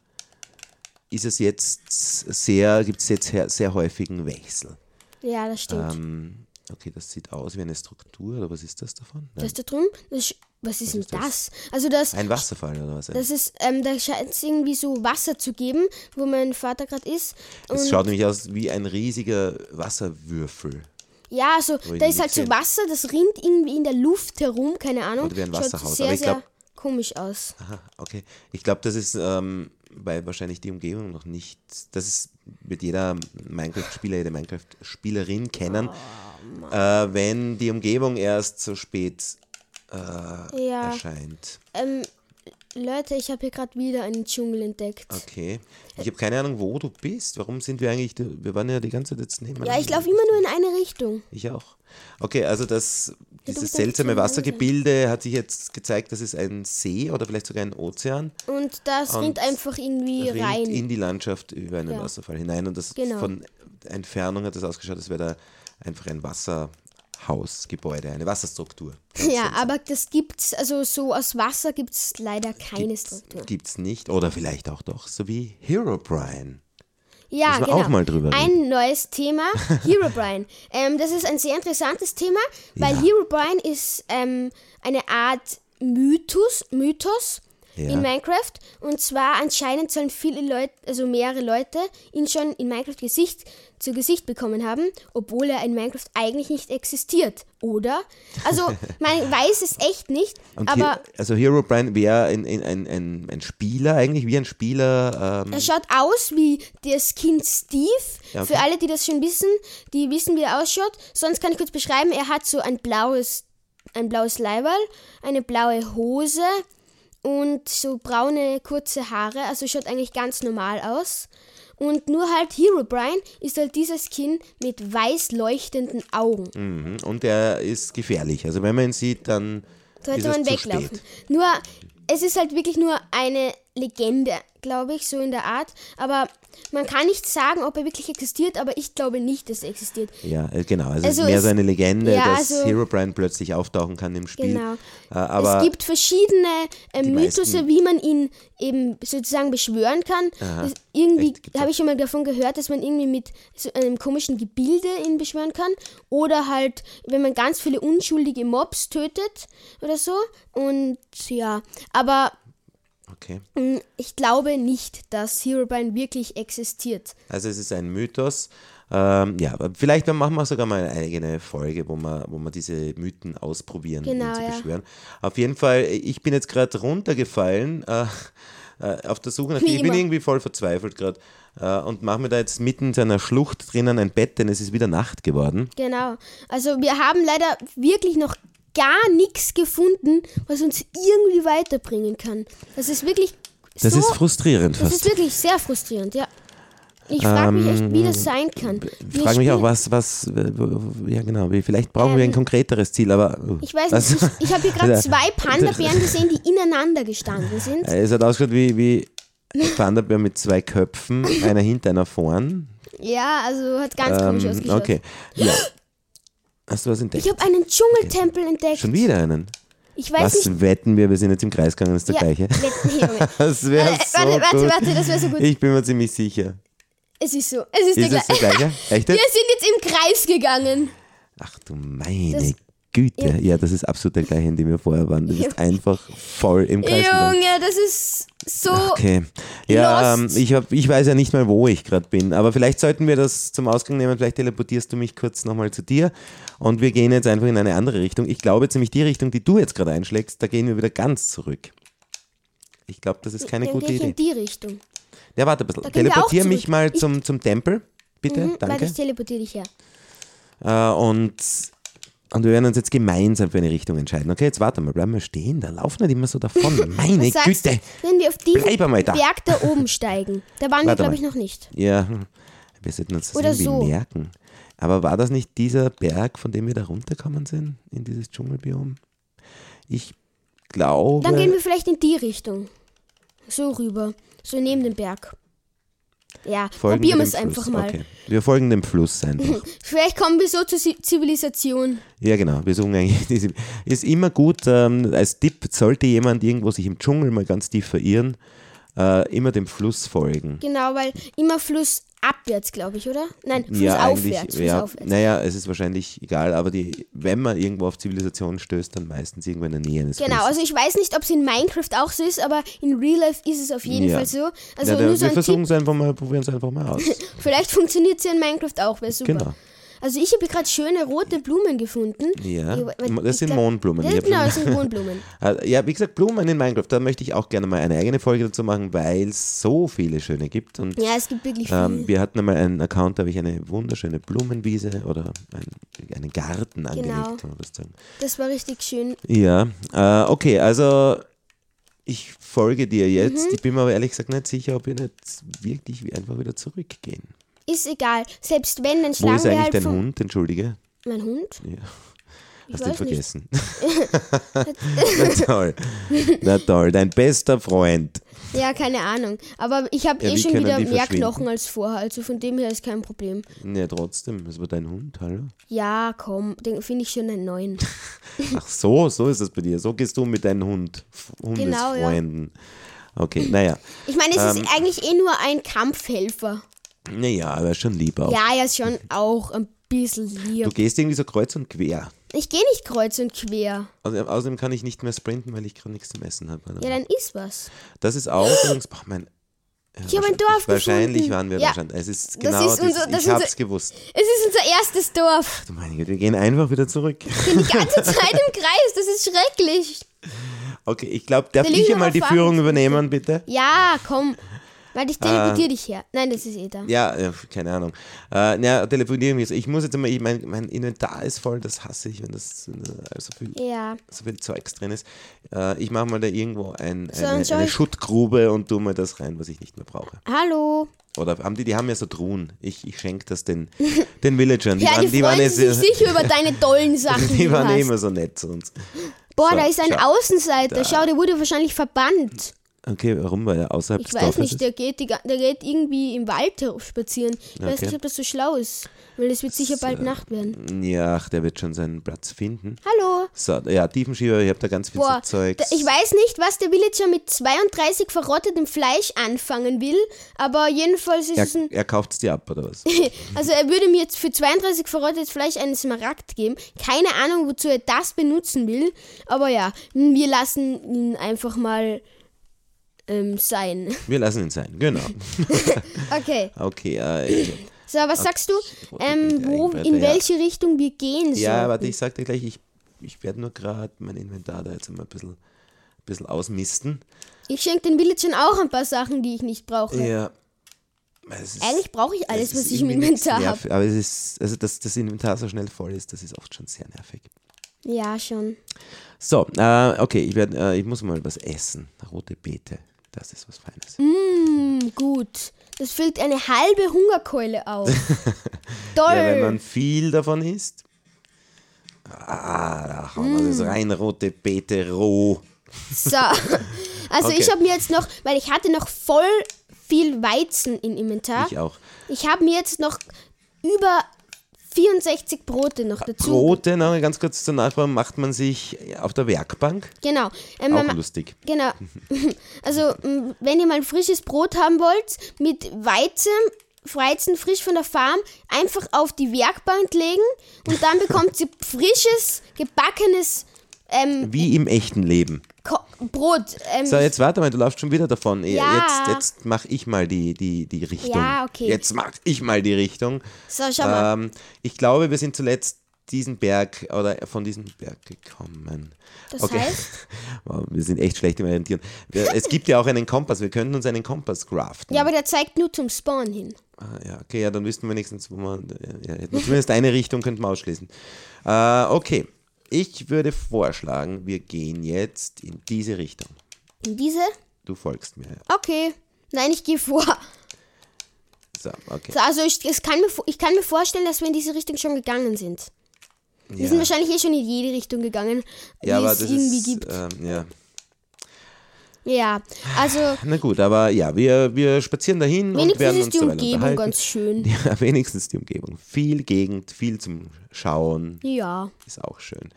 Speaker 2: ist es jetzt sehr, gibt es jetzt sehr, sehr häufigen Wechsel.
Speaker 1: Ja, das stimmt.
Speaker 2: Ähm, okay, das sieht aus wie eine Struktur, oder was ist das davon? Nein,
Speaker 1: das da drüben, das, sch- was ist denn das? Also das,
Speaker 2: ein Wasserfall oder was?
Speaker 1: das ist, ähm, da scheint es irgendwie so Wasser zu geben, wo mein Vater gerade ist.
Speaker 2: Es schaut nämlich aus wie ein riesiger Wasserwürfel.
Speaker 1: Ja, also da
Speaker 2: ihn
Speaker 1: ist halt
Speaker 2: nicht
Speaker 1: so
Speaker 2: sehen.
Speaker 1: Wasser, das rinnt irgendwie in der Luft herum, keine Ahnung.
Speaker 2: Oder wie ein Wasserhaus,
Speaker 1: Schaut sehr,
Speaker 2: aber ich
Speaker 1: sehr
Speaker 2: glaub-
Speaker 1: komisch aus.
Speaker 2: Aha, okay. Ich glaube, das ist, ähm, weil wahrscheinlich die Umgebung noch nicht, das ist, wird jeder Minecraft-Spieler, jede Minecraft-Spielerin kennen,
Speaker 1: Oh,
Speaker 2: äh, wenn die Umgebung erst so spät Ah,
Speaker 1: Ja,
Speaker 2: erscheint.
Speaker 1: Leute, ich habe hier gerade wieder einen Dschungel entdeckt.
Speaker 2: Okay. Ich habe keine Ahnung, wo du bist. Warum sind wir eigentlich, wir waren ja die ganze Zeit jetzt nebeneinander.
Speaker 1: Ja, ich laufe immer nur in eine Richtung.
Speaker 2: Ich auch. Okay, also das, dieses
Speaker 1: bist ein
Speaker 2: seltsame
Speaker 1: bisschen
Speaker 2: Wassergebilde hat sich jetzt gezeigt, das ist ein See oder vielleicht sogar ein Ozean.
Speaker 1: Und das rinnt einfach irgendwie
Speaker 2: rinnt
Speaker 1: rein.
Speaker 2: in die Landschaft über einen Wasserfall hinein und das
Speaker 1: Genau.
Speaker 2: von Entfernung hat das ausgeschaut, als wäre da einfach ein Wasserhausgebäude, eine Wasserstruktur.
Speaker 1: ja, aber das gibt's, also so aus Wasser gibt's leider keine Struktur.
Speaker 2: Gibt es nicht oder vielleicht auch doch, so wie Herobrine.
Speaker 1: Ja,
Speaker 2: Müssen wir
Speaker 1: genau.
Speaker 2: auch mal drüber
Speaker 1: ein neues
Speaker 2: [LAUGHS]
Speaker 1: Thema, Herobrine. ähm, das ist ein sehr interessantes Thema, weil
Speaker 2: Ja.
Speaker 1: Herobrine ist ähm, eine Art Mythos, Mythos
Speaker 2: Ja.
Speaker 1: in Minecraft. Und zwar anscheinend sollen viele Leute, also mehrere Leute, ihn schon in Minecraft Gesicht zu Gesicht bekommen haben, obwohl er in Minecraft eigentlich nicht existiert, oder? Also man
Speaker 2: [LAUGHS]
Speaker 1: weiß es echt nicht,
Speaker 2: Und
Speaker 1: aber
Speaker 2: He also Herobrine wäre ein, ein, ein, ein, ein Spieler, eigentlich wie ein Spieler, ähm,
Speaker 1: Er schaut aus wie das Kind Steve.
Speaker 2: Ja, okay.
Speaker 1: Für alle, die das schon wissen, die wissen, wie er ausschaut. Sonst kann ich kurz beschreiben, er hat so ein blaues, ein blaues Leiberl, eine blaue Hose und so braune, kurze Haare. Also schaut eigentlich ganz normal aus. Und nur halt Hero Brian ist halt dieser Skin mit weiß leuchtenden Augen.
Speaker 2: Mhm. Und er ist gefährlich. Also wenn man ihn sieht, dann
Speaker 1: Sollte
Speaker 2: ist es
Speaker 1: man
Speaker 2: zu
Speaker 1: weglaufen.
Speaker 2: spät.
Speaker 1: Nur, es ist halt wirklich nur eine Legende, glaube ich, so in der Art. Aber man kann nicht sagen, ob er wirklich existiert, aber ich glaube nicht, dass er existiert.
Speaker 2: Ja, äh, genau. Also, es
Speaker 1: Also
Speaker 2: ist mehr
Speaker 1: es-
Speaker 2: so eine Legende,
Speaker 1: ja,
Speaker 2: dass
Speaker 1: also-
Speaker 2: Herobrine plötzlich auftauchen kann im Spiel.
Speaker 1: Genau.
Speaker 2: Äh, aber
Speaker 1: es gibt verschiedene äh, Mythose,
Speaker 2: meisten-
Speaker 1: wie man ihn eben sozusagen beschwören kann. Das, irgendwie
Speaker 2: Echt, gibt's
Speaker 1: habe ich schon mal davon gehört, dass man irgendwie mit so einem komischen Gebilde ihn beschwören kann. Oder halt, wenn man ganz viele unschuldige Mobs tötet oder so. Und ja, aber
Speaker 2: okay.
Speaker 1: mh, Ähm, ich glaube nicht, dass Herobrine wirklich existiert.
Speaker 2: Also es ist ein Mythos. Ähm, ja, aber vielleicht dann machen wir sogar mal eine eigene Folge, wo wir, wo wir diese Mythen ausprobieren
Speaker 1: Genau,
Speaker 2: und zu
Speaker 1: ja.
Speaker 2: beschwören. Auf jeden Fall, ich bin jetzt gerade runtergefallen äh, äh, auf der Suche nach.
Speaker 1: Wie
Speaker 2: Ich bin
Speaker 1: immer.
Speaker 2: irgendwie voll verzweifelt gerade äh, und mache mir da jetzt mitten in einer Schlucht drinnen ein Bett, denn es ist wieder Nacht geworden.
Speaker 1: Genau. Also wir haben leider wirklich noch gar nichts gefunden, was uns irgendwie weiterbringen kann. Das ist wirklich
Speaker 2: Das
Speaker 1: so
Speaker 2: ist frustrierend
Speaker 1: Das
Speaker 2: fast.
Speaker 1: ist wirklich sehr frustrierend, ja. Ich frage mich echt, wie das sein kann.
Speaker 2: Ich
Speaker 1: Wir
Speaker 2: frage Ähm, mich
Speaker 1: spielen-
Speaker 2: auch, was, was, äh, w- w- ja genau, wie- vielleicht brauchen wir ein konkreteres Ziel, aber.
Speaker 1: Ähm, Ich weiß
Speaker 2: was- Also,
Speaker 1: nicht, ich, ich
Speaker 2: [LAUGHS]
Speaker 1: habe hier gerade
Speaker 2: Da-
Speaker 1: zwei
Speaker 2: [LAUGHS]
Speaker 1: Panda-Bären gesehen, die ineinander gestanden sind.
Speaker 2: Äh, Es hat ausgeschaut wie, wie ein Thunderbär mit zwei Köpfen, einer hinter, einer vorn.
Speaker 1: Ja, also hat ganz komisch
Speaker 2: Ähm,
Speaker 1: ausgeschaut.
Speaker 2: okay. Ja. Hast du was entdeckt?
Speaker 1: Ich habe einen Dschungeltempel entdeckt.
Speaker 2: Schon wieder einen.
Speaker 1: Ich weiß
Speaker 2: Was
Speaker 1: nicht.
Speaker 2: wetten wir, wir sind jetzt im Kreis gegangen, ist der
Speaker 1: Ja, [LAUGHS]
Speaker 2: gleiche. [LAUGHS]
Speaker 1: wett- nee, Junge.
Speaker 2: Das wäre
Speaker 1: Äh,
Speaker 2: so
Speaker 1: warte, warte,
Speaker 2: gut.
Speaker 1: warte, das wäre so gut.
Speaker 2: Ich bin mir ziemlich sicher.
Speaker 1: es ist so. Es ist,
Speaker 2: Ist
Speaker 1: der
Speaker 2: es der
Speaker 1: gleiche.
Speaker 2: gleiche?
Speaker 1: [LAUGHS]
Speaker 2: Echt?
Speaker 1: Wir sind jetzt im Kreis gegangen.
Speaker 2: Ach du meine
Speaker 1: Das-
Speaker 2: Güte. Ja. das ist absolut der gleiche, in dem wir vorher waren. Du bist einfach voll im Kreis gegangen.
Speaker 1: Junge, das ist so.
Speaker 2: Okay. Ja, ähm,
Speaker 1: Lost.
Speaker 2: ich, hab, ich weiß ja nicht mal, wo ich gerade bin, aber vielleicht sollten wir das zum Ausgang nehmen. Vielleicht teleportierst du mich kurz nochmal zu dir und wir gehen jetzt einfach in eine andere Richtung. Ich glaube jetzt nämlich die Richtung, die du jetzt gerade einschlägst, da gehen wir wieder ganz zurück. Ich glaube, das ist keine
Speaker 1: Dann
Speaker 2: gute
Speaker 1: gehe ich
Speaker 2: Idee.
Speaker 1: in die Richtung.
Speaker 2: Ja, warte ein bisschen.
Speaker 1: gehen wir auch
Speaker 2: Teleportier mich
Speaker 1: zurück.
Speaker 2: mal zum, zum Tempel, bitte.
Speaker 1: Hm, warte,
Speaker 2: Danke.
Speaker 1: ich teleportiere dich her.
Speaker 2: Äh, und, und wir werden uns jetzt gemeinsam für eine Richtung entscheiden. Okay, jetzt warte mal, bleiben wir stehen, da laufen nicht immer so davon. Meine
Speaker 1: [LAUGHS] Was sagst
Speaker 2: Güte.
Speaker 1: du, wenn wir auf diesen
Speaker 2: Bleib einmal da.
Speaker 1: Berg da
Speaker 2: [LAUGHS]
Speaker 1: oben steigen? Da waren wir,
Speaker 2: Warte
Speaker 1: glaube
Speaker 2: mal.
Speaker 1: ich, noch nicht.
Speaker 2: Ja, wir sollten uns das
Speaker 1: Oder
Speaker 2: irgendwie
Speaker 1: so.
Speaker 2: merken. Aber war das nicht dieser Berg, von dem wir da runtergekommen sind, in dieses Dschungelbiom? Ich glaube.
Speaker 1: Dann gehen wir vielleicht in die Richtung. So rüber. So neben dem Berg. Ja,
Speaker 2: folgen
Speaker 1: probieren wir
Speaker 2: dem
Speaker 1: es
Speaker 2: Fluss.
Speaker 1: einfach mal.
Speaker 2: Okay. Wir folgen dem Fluss
Speaker 1: [LAUGHS]
Speaker 2: einfach.
Speaker 1: Vielleicht kommen wir so zur Si- Zivilisation.
Speaker 2: ja, genau. Wir suchen eigentlich [LAUGHS] diese. Ist immer gut, ähm, als Tipp, sollte jemand irgendwo sich im Dschungel mal ganz tief verirren, äh, immer dem Fluss folgen.
Speaker 1: Genau, weil immer Fluss abwärts, glaube ich, oder? Nein, Fluss
Speaker 2: ja,
Speaker 1: aufwärts.
Speaker 2: eigentlich.
Speaker 1: Fluss
Speaker 2: Ja,
Speaker 1: aufwärts.
Speaker 2: naja, es ist wahrscheinlich egal, aber die, wenn man irgendwo auf Zivilisation stößt, dann meistens irgendwo in der Nähe eines
Speaker 1: Genau,
Speaker 2: Flusses.
Speaker 1: also ich weiß nicht, ob es in Minecraft auch so ist, aber in Real Life ist es auf jeden
Speaker 2: Ja.
Speaker 1: Fall so. Also
Speaker 2: ja, der,
Speaker 1: nur so
Speaker 2: wir
Speaker 1: ein
Speaker 2: versuchen
Speaker 1: Tipp,
Speaker 2: es einfach mal, probieren es einfach mal
Speaker 1: [LAUGHS]
Speaker 2: aus.
Speaker 1: vielleicht funktioniert es ja in Minecraft auch, wäre super.
Speaker 2: genau.
Speaker 1: Also ich habe gerade schöne rote Blumen gefunden.
Speaker 2: Ja,
Speaker 1: Ich- weil ich
Speaker 2: das sind
Speaker 1: glaub-
Speaker 2: Mohnblumen.
Speaker 1: Ja,
Speaker 2: Ich hab
Speaker 1: genau,
Speaker 2: schon-
Speaker 1: das sind
Speaker 2: [LAUGHS]
Speaker 1: Mohnblumen.
Speaker 2: Äh, Ja, wie gesagt, Blumen in Minecraft, da möchte ich auch gerne mal eine eigene Folge dazu machen, weil es so viele schöne gibt. Und
Speaker 1: Ja, es gibt wirklich viele.
Speaker 2: ähm, wir hatten einmal einen Account, da habe ich eine wunderschöne Blumenwiese oder ein, einen
Speaker 1: Genau.
Speaker 2: Garten angelegt, kann man das sagen.
Speaker 1: Das war richtig schön.
Speaker 2: Ja, äh, okay, also ich folge dir jetzt.
Speaker 1: Mhm.
Speaker 2: Ich bin mir aber ehrlich gesagt nicht sicher, ob wir nicht wirklich wie- einfach wieder zurückgehen.
Speaker 1: Ist egal. Selbst wenn, dann
Speaker 2: Wo
Speaker 1: schlagen
Speaker 2: ist
Speaker 1: wir
Speaker 2: eigentlich
Speaker 1: halt
Speaker 2: dein
Speaker 1: vom-
Speaker 2: Hund? Entschuldige.
Speaker 1: Mein Hund?
Speaker 2: Ja.
Speaker 1: Ich
Speaker 2: Hast du ihn
Speaker 1: weiß nicht.
Speaker 2: vergessen?
Speaker 1: [LAUGHS]
Speaker 2: Na toll. Na toll, dein bester Freund.
Speaker 1: Ja, keine Ahnung. Aber ich habe
Speaker 2: Ja,
Speaker 1: eh
Speaker 2: wie
Speaker 1: schon
Speaker 2: können
Speaker 1: wieder
Speaker 2: die
Speaker 1: mehr
Speaker 2: verschwinden?
Speaker 1: Knochen als vorher. Also von dem her ist kein Problem.
Speaker 2: Hm, Ja, trotzdem, das war dein Hund, hallo?
Speaker 1: Ja, komm, den finde ich schon einen neuen.
Speaker 2: Ach so, so ist das bei dir. So gehst du mit deinen Hund, F-
Speaker 1: Genau,
Speaker 2: Hundesfreunden. Okay, naja.
Speaker 1: Ich meine, es
Speaker 2: Ähm.
Speaker 1: ist eigentlich eh nur ein Kampfhelfer.
Speaker 2: Naja, aber schon lieb auch.
Speaker 1: Ja, ja, schon auch ein bisschen
Speaker 2: Du
Speaker 1: lieb.
Speaker 2: gehst irgendwie so kreuz und quer.
Speaker 1: Ich gehe nicht kreuz und quer.
Speaker 2: Außerdem, außerdem kann ich nicht mehr sprinten, weil ich gerade nichts zum Essen habe.
Speaker 1: Ja, dann ist was.
Speaker 2: Das ist auch übrigens, boah, mein,
Speaker 1: Ich habe ein Dorf
Speaker 2: wahrscheinlich
Speaker 1: gefunden.
Speaker 2: waren wir
Speaker 1: ja,
Speaker 2: wahrscheinlich. Es ist genau,
Speaker 1: ist unser- das
Speaker 2: ich
Speaker 1: ist unser-
Speaker 2: hab's gewusst.
Speaker 1: Es ist unser erstes Dorf.
Speaker 2: Ach Du meine Güte, wir gehen einfach wieder zurück.
Speaker 1: Ich bin die
Speaker 2: [LAUGHS]
Speaker 1: ganze Zeit im Kreis. Das ist schrecklich.
Speaker 2: Okay, ich glaube, darf
Speaker 1: Da liegen
Speaker 2: ich
Speaker 1: noch
Speaker 2: einmal die
Speaker 1: Erfahrungs-
Speaker 2: Führung übernehmen, bitte?
Speaker 1: Ja, komm. Weil ich
Speaker 2: Ähm.
Speaker 1: teleportiere dich her. Nein, das ist eh da.
Speaker 2: Ja, ja, keine Ahnung. Äh, na, telefonieren wir jetzt. Ich muss jetzt mal, ich mein, mein Inventar ist voll, das hasse ich, wenn das äh, so viel,
Speaker 1: Ja.
Speaker 2: so viel Zeugs drin ist. Äh, ich mache mal da irgendwo ein, eine,
Speaker 1: soll
Speaker 2: eine
Speaker 1: ich-
Speaker 2: Schuttgrube und tue mal das rein, was ich nicht mehr brauche.
Speaker 1: Hallo.
Speaker 2: Oder haben die, die haben ja so Truhen. Ich, ich schenke
Speaker 1: [LAUGHS]
Speaker 2: das den, den Villagern. Die
Speaker 1: ja,
Speaker 2: waren,
Speaker 1: die,
Speaker 2: die
Speaker 1: freuen
Speaker 2: waren, jetzt,
Speaker 1: sich sicher über deine
Speaker 2: [LAUGHS]
Speaker 1: tollen Sachen, die,
Speaker 2: die
Speaker 1: du
Speaker 2: waren eh
Speaker 1: hast.
Speaker 2: immer so nett zu uns.
Speaker 1: Boah,
Speaker 2: So,
Speaker 1: da ist ein
Speaker 2: schau.
Speaker 1: Außenseiter. Schau, der wurde wahrscheinlich verbannt.
Speaker 2: Okay, warum? Weil er außerhalb
Speaker 1: Ich
Speaker 2: des
Speaker 1: weiß
Speaker 2: Dorfes
Speaker 1: nicht,
Speaker 2: ist?
Speaker 1: der geht, die, ga- der geht irgendwie im Wald herum spazieren. Ich weiß
Speaker 2: Okay.
Speaker 1: nicht, ob das so schlau ist, weil es wird sicher bald Nacht werden.
Speaker 2: Ja, ach, der wird schon seinen Platz finden.
Speaker 1: Hallo.
Speaker 2: So, ja, Tiefenschieber, ich habe da ganz viel
Speaker 1: Boah,
Speaker 2: so Zeugs.
Speaker 1: da- ich weiß nicht, was der Villager mit 32 verrottetem Fleisch anfangen will, aber jedenfalls ist es ein...
Speaker 2: er, er kauft es dir ab, oder
Speaker 1: [LAUGHS]
Speaker 2: was?
Speaker 1: Also er würde mir jetzt für 32 verrottetes Fleisch einen Smaragd geben. Keine Ahnung, wozu er das benutzen will. Aber ja, wir lassen ihn einfach mal ähm, sein. [LAUGHS]
Speaker 2: Wir lassen ihn sein, genau.
Speaker 1: Okay,
Speaker 2: Okay,
Speaker 1: [LAUGHS]
Speaker 2: äh, ich,
Speaker 1: so was sagst du,
Speaker 2: wollte
Speaker 1: ähm,
Speaker 2: wieder
Speaker 1: wo,
Speaker 2: irgendwer
Speaker 1: in
Speaker 2: da, ja.
Speaker 1: welche Richtung wir gehen
Speaker 2: ja,
Speaker 1: sollen?
Speaker 2: warte, ich sag dir gleich, ich, ich werde nur gerade mein Inventar da jetzt mal ein bisschen, bisschen ausmisten.
Speaker 1: Ich schenke den Villagern auch ein paar Sachen, die ich nicht brauche.
Speaker 2: Ja. Es ist-
Speaker 1: Eigentlich brauche ich alles,
Speaker 2: es ist
Speaker 1: was ich im
Speaker 2: irgendwie nichts
Speaker 1: Inventar habe.
Speaker 2: nerv- Aber es ist, also dass das Inventar so schnell voll ist, das ist oft schon sehr nervig.
Speaker 1: Ja, schon.
Speaker 2: So, äh, okay, ich, werd, äh, ich muss mal was essen. Rote Beete, das ist was Feines.
Speaker 1: Hm, gut. Das füllt eine halbe Hungerkeule
Speaker 2: [LAUGHS]
Speaker 1: auf.
Speaker 2: Ja, wenn
Speaker 1: Toll.
Speaker 2: man viel davon isst. Ah, da haben wir das
Speaker 1: Mm.
Speaker 2: rein rote Beete roh. [LAUGHS]
Speaker 1: So. Also
Speaker 2: Okay.
Speaker 1: ich habe mir jetzt noch, weil ich hatte noch voll viel Weizen im Inventar.
Speaker 2: Ich auch.
Speaker 1: Ich habe mir jetzt noch über 64 Brote noch dazu.
Speaker 2: Brote, noch ganz kurz zur Nachfrage, macht man sich auf der Werkbank.
Speaker 1: Genau. Ähm,
Speaker 2: Auch
Speaker 1: man-
Speaker 2: lustig.
Speaker 1: Genau. [LAUGHS] Also, m, wenn ihr mal frisches Brot haben wollt, mit Weizen, Weizen frisch von der Farm, einfach auf die Werkbank legen und
Speaker 2: [LAUGHS]
Speaker 1: dann bekommt ihr frisches, gebackenes ähm,
Speaker 2: Wie im echten Leben.
Speaker 1: Ko Brot. Ähm,
Speaker 2: So, jetzt warte mal, du laufst schon wieder davon.
Speaker 1: Ja.
Speaker 2: Jetzt, jetzt mach ich mal die, die, die Richtung.
Speaker 1: Ja, okay.
Speaker 2: Jetzt mach ich mal die Richtung.
Speaker 1: so, schau mal.
Speaker 2: Ähm, ich glaube, wir sind zuletzt diesen Berg oder von diesem Berg gekommen.
Speaker 1: Das heißt?
Speaker 2: [LAUGHS] Wow, wir sind echt schlecht im Orientieren. Wir- Es gibt ja auch einen Kompass. Wir könnten uns einen Kompass craften.
Speaker 1: Ja, aber der zeigt nur zum Spawn hin.
Speaker 2: Ah, ja, okay, ja, dann wüssten wir wenigstens, wo man. Ja, ja, zumindest eine Richtung könnten wir ausschließen. Äh, okay, ich würde vorschlagen, wir gehen jetzt in diese Richtung.
Speaker 1: In diese?
Speaker 2: Du folgst mir. Ja.
Speaker 1: Okay. Nein, ich gehe vor.
Speaker 2: So, okay.
Speaker 1: So, Also ich, es kann mir, vor- ich kann mir vorstellen, dass wir in diese Richtung schon gegangen sind. Wir
Speaker 2: Ja.
Speaker 1: sind wahrscheinlich eh schon in jede Richtung gegangen, die
Speaker 2: ja, aber
Speaker 1: es
Speaker 2: das
Speaker 1: irgendwie
Speaker 2: ist.
Speaker 1: gibt.
Speaker 2: Ähm, ja.
Speaker 1: Ja, also
Speaker 2: Na gut, aber ja, wir, wir spazieren dahin
Speaker 1: wenigstens
Speaker 2: und werden uns
Speaker 1: ist die
Speaker 2: dabei
Speaker 1: Umgebung
Speaker 2: unterhalten.
Speaker 1: ganz schön.
Speaker 2: [LAUGHS] Ja, wenigstens die Umgebung. Viel Gegend, viel zum Schauen.
Speaker 1: Ja.
Speaker 2: Ist auch schön.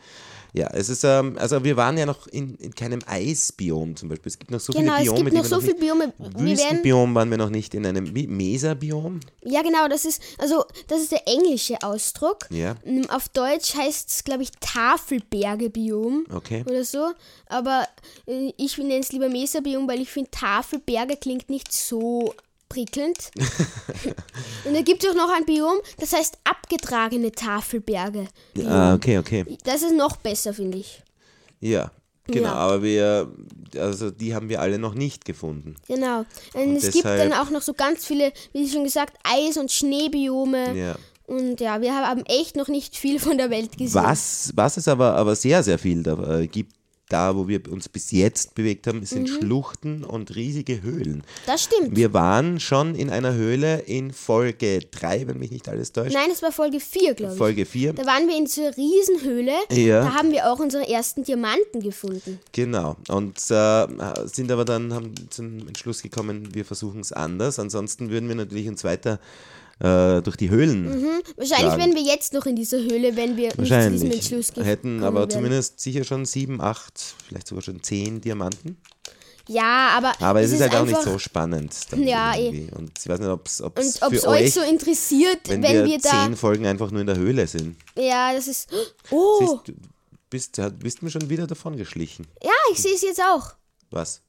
Speaker 2: Ja, es ist, ähm, also wir waren ja noch in, in keinem Eisbiom zum Beispiel. Es gibt noch so
Speaker 1: Genau,
Speaker 2: viele
Speaker 1: es
Speaker 2: Biome,
Speaker 1: gibt
Speaker 2: die
Speaker 1: noch
Speaker 2: wir
Speaker 1: so
Speaker 2: noch
Speaker 1: viele
Speaker 2: nicht,
Speaker 1: Biome. Wir werden,
Speaker 2: Wüstenbiom waren wir noch nicht in einem wie, Mesabiom.
Speaker 1: ja, genau, das ist, also, das ist der englische Ausdruck.
Speaker 2: Ja.
Speaker 1: Ähm, Auf Deutsch heißt es, glaube ich, Tafelbergebiom
Speaker 2: Okay.
Speaker 1: oder so. Aber äh, ich nenne es lieber Mesabiom, weil ich finde, Tafelberge klingt nicht so
Speaker 2: [LAUGHS]
Speaker 1: prickelnd. Und da gibt es auch noch ein Biom, das heißt abgetragene Tafelberge.
Speaker 2: Ah, okay, okay.
Speaker 1: Das ist noch besser, finde ich.
Speaker 2: Ja, genau.
Speaker 1: Ja.
Speaker 2: Aber wir, also die haben wir alle noch nicht gefunden.
Speaker 1: Genau. Und, es gibt
Speaker 2: deshalb-
Speaker 1: dann auch noch so ganz viele, wie schon gesagt, Eis- und Schneebiome.
Speaker 2: Ja.
Speaker 1: Und ja, wir haben echt noch nicht viel von der Welt gesehen.
Speaker 2: Was, was es aber, aber sehr, sehr viel da, äh, gibt, da wo wir uns bis jetzt bewegt haben, sind
Speaker 1: Mhm.
Speaker 2: Schluchten und riesige Höhlen.
Speaker 1: Das stimmt.
Speaker 2: Wir waren schon in einer Höhle in Folge 3, wenn mich nicht alles täuscht.
Speaker 1: Nein, es war Folge 4, glaube ich.
Speaker 2: Folge 4,
Speaker 1: Da waren wir in so einer Riesenhöhle.
Speaker 2: Ja.
Speaker 1: Da haben wir auch unsere ersten Diamanten gefunden.
Speaker 2: genau. Und äh, sind aber dann haben zum Entschluss gekommen, wir versuchen es anders. Ansonsten würden wir natürlich uns weiter äh, durch die
Speaker 1: Mhm,
Speaker 2: Höhlen
Speaker 1: Wahrscheinlich
Speaker 2: Schlagen.
Speaker 1: wären wir jetzt noch in dieser Höhle, wenn wir nicht zu diesem
Speaker 2: wahrscheinlich
Speaker 1: Entschluss gekommen
Speaker 2: hätten, aber
Speaker 1: wären.
Speaker 2: zumindest sicher schon 7, 8, vielleicht sogar schon 10 Diamanten.
Speaker 1: Ja, aber,
Speaker 2: Aber es, ist, halt auch
Speaker 1: einfach,
Speaker 2: nicht so spannend. Dann
Speaker 1: Ja, eh.
Speaker 2: irgendwie. Und ich weiß nicht, ob es
Speaker 1: Und
Speaker 2: für
Speaker 1: ob es
Speaker 2: euch,
Speaker 1: euch so interessiert,
Speaker 2: wenn,
Speaker 1: wenn,
Speaker 2: wir,
Speaker 1: wir da.
Speaker 2: 10 Folgen einfach nur in der Höhle sind.
Speaker 1: Ja, das ist. Oh!
Speaker 2: Siehst, du bist, ja, bist mir schon wieder davon geschlichen.
Speaker 1: Ja, ich sehe es jetzt auch.
Speaker 2: Was?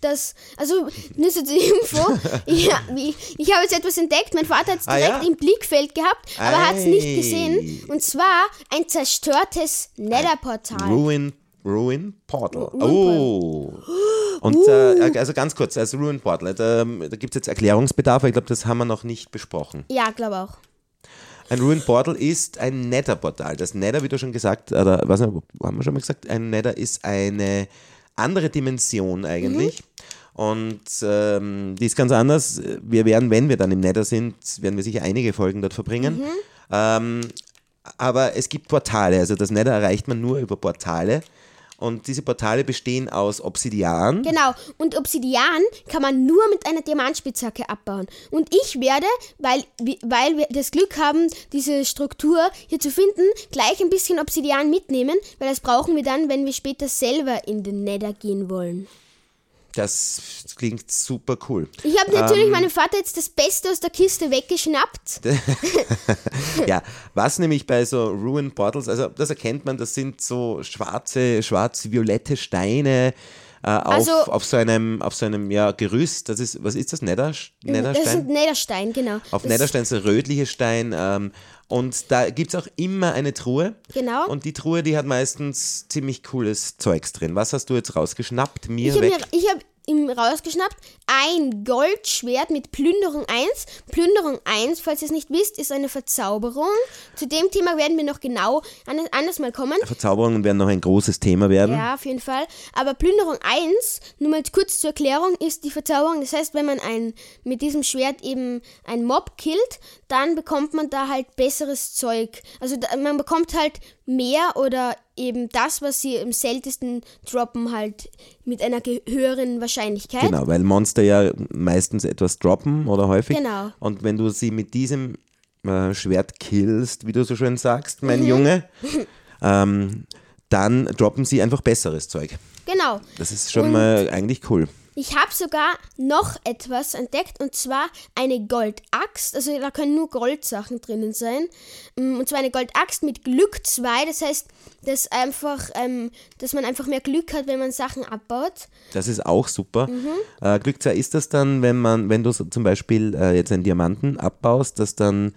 Speaker 1: Das, also, nur so zur Info.
Speaker 2: [LAUGHS]
Speaker 1: ja, ich ich habe jetzt etwas entdeckt. Mein Vater hat es
Speaker 2: Ah,
Speaker 1: direkt
Speaker 2: ja?
Speaker 1: im Blickfeld gehabt, aber hat es nicht
Speaker 2: Ei.
Speaker 1: gesehen. Und zwar ein zerstörtes Netherportal.
Speaker 2: Ruin, Ruin Portal.
Speaker 1: Ruin
Speaker 2: oh, Und äh, also ganz kurz, also Ruined Portal, da, da gibt es jetzt Erklärungsbedarf, aber ich glaube, das haben wir noch nicht besprochen.
Speaker 1: Ja, glaube auch.
Speaker 2: Ein Ruined Portal ist ein Nether-Portal. Das Nether, wie du schon gesagt, oder was haben wir schon mal gesagt, ein Nether ist eine andere Dimension eigentlich. Und ähm, die ist ganz anders. Wir werden, wenn wir dann im Nether sind, werden wir sicher einige Folgen dort verbringen. Ähm, aber es gibt Portale. Also das Nether erreicht man nur über Portale. Und diese Portale bestehen aus Obsidian.
Speaker 1: Genau. Und Obsidian kann man nur mit einer Diamantspitzhacke abbauen. Und ich werde, weil, wi- weil wir das Glück haben, diese Struktur hier zu finden, gleich ein bisschen Obsidian mitnehmen, weil das brauchen wir dann, wenn wir später selber in den Nether gehen wollen.
Speaker 2: Das klingt super cool.
Speaker 1: Ich habe natürlich
Speaker 2: Ähm,
Speaker 1: meinem Vater jetzt das Beste aus der Kiste weggeschnappt.
Speaker 2: [LAUGHS] Ja, was nämlich bei so Ruin Portals, also das erkennt man, das sind so schwarze, schwarz-violette Steine äh, auf,
Speaker 1: Also-
Speaker 2: auf so einem, auf so einem ja, Gerüst. Das ist, was ist das? Nether,
Speaker 1: Das sind
Speaker 2: Netherstein?
Speaker 1: Netherstein, genau.
Speaker 2: Auf
Speaker 1: Äh, das,
Speaker 2: Netherstein ist der rötliche Stein. Ähm, und da gibt es auch immer eine Truhe.
Speaker 1: Genau.
Speaker 2: Und die Truhe, die hat meistens ziemlich cooles Zeugs drin. Was hast du jetzt rausgeschnappt? Mir
Speaker 1: Ich habe
Speaker 2: weg.
Speaker 1: hab ihm rausgeschnappt ein Goldschwert mit Plünderung 1. Plünderung 1, falls ihr es nicht wisst, ist eine Verzauberung. Zu dem Thema werden wir noch genau an- anders mal kommen.
Speaker 2: Verzauberungen werden noch ein großes Thema werden.
Speaker 1: Ja, auf jeden Fall. Aber Plünderung 1, nur mal kurz zur Erklärung, ist die Verzauberung. Das heißt, wenn man ein, mit diesem Schwert eben ein Mob killt, dann bekommt man da halt besseres Zeug. Also da, man bekommt halt mehr oder eben das, was sie im seltensten droppen, halt mit einer ge- höheren Wahrscheinlichkeit.
Speaker 2: Genau, weil Monster ja meistens etwas droppen oder häufig.
Speaker 1: Genau.
Speaker 2: Und wenn du sie mit diesem äh, Schwert killst, wie du so schön sagst,
Speaker 1: Mhm. [LAUGHS]
Speaker 2: mein Junge, ähm, dann droppen sie einfach besseres Zeug.
Speaker 1: Genau.
Speaker 2: Das ist schon mal eigentlich cool.
Speaker 1: Ich habe sogar noch etwas entdeckt und zwar eine Goldaxt. Also da können nur Goldsachen drinnen sein. Mm, Und zwar eine Goldaxt mit Glück 2. Das heißt, dass, einfach, ähm, dass man einfach mehr Glück hat, wenn man Sachen abbaut.
Speaker 2: Das ist auch super.
Speaker 1: Mhm.
Speaker 2: Äh, Glück sei ist das dann, wenn man, wenn du so zum Beispiel äh, jetzt einen Diamanten abbaust, dass dann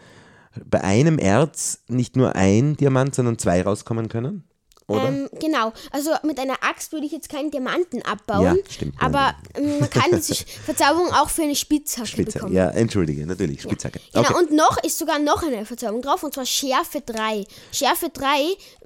Speaker 2: bei einem Erz nicht nur ein Diamant, sondern zwei rauskommen können? Oder?
Speaker 1: Ähm, genau. Also mit einer Axt würde ich jetzt keinen Diamanten abbauen.
Speaker 2: Ja, stimmt.
Speaker 1: Aber ähm, man kann diese
Speaker 2: [LAUGHS]
Speaker 1: Sch- Verzauberung auch für eine Spitzhacke
Speaker 2: Spitzhacke.
Speaker 1: bekommen.
Speaker 2: Ja, entschuldige, natürlich, Spitzhacke.
Speaker 1: Genau,
Speaker 2: Okay.
Speaker 1: und noch ist sogar noch eine Verzauberung drauf, und zwar Schärfe 3. Schärfe 3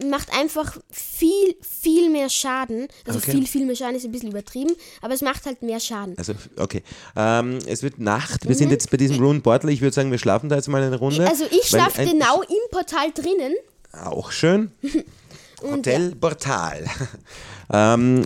Speaker 1: macht einfach viel, viel mehr Schaden. Also
Speaker 2: Okay.
Speaker 1: viel, viel mehr Schaden ist ein bisschen übertrieben, aber es macht halt mehr Schaden.
Speaker 2: Also, okay. Ähm, es wird Nacht. Wir sind jetzt bei diesem Rune Portal. Ich würde sagen, wir schlafen da jetzt mal eine Runde.
Speaker 1: Mhm. Äh, Also ich
Speaker 2: Weil
Speaker 1: schlafe
Speaker 2: Ne? ein-
Speaker 1: genau im Portal drinnen. [LAUGHS]
Speaker 2: Auch schön. Hotel Portal. [LAUGHS] ähm,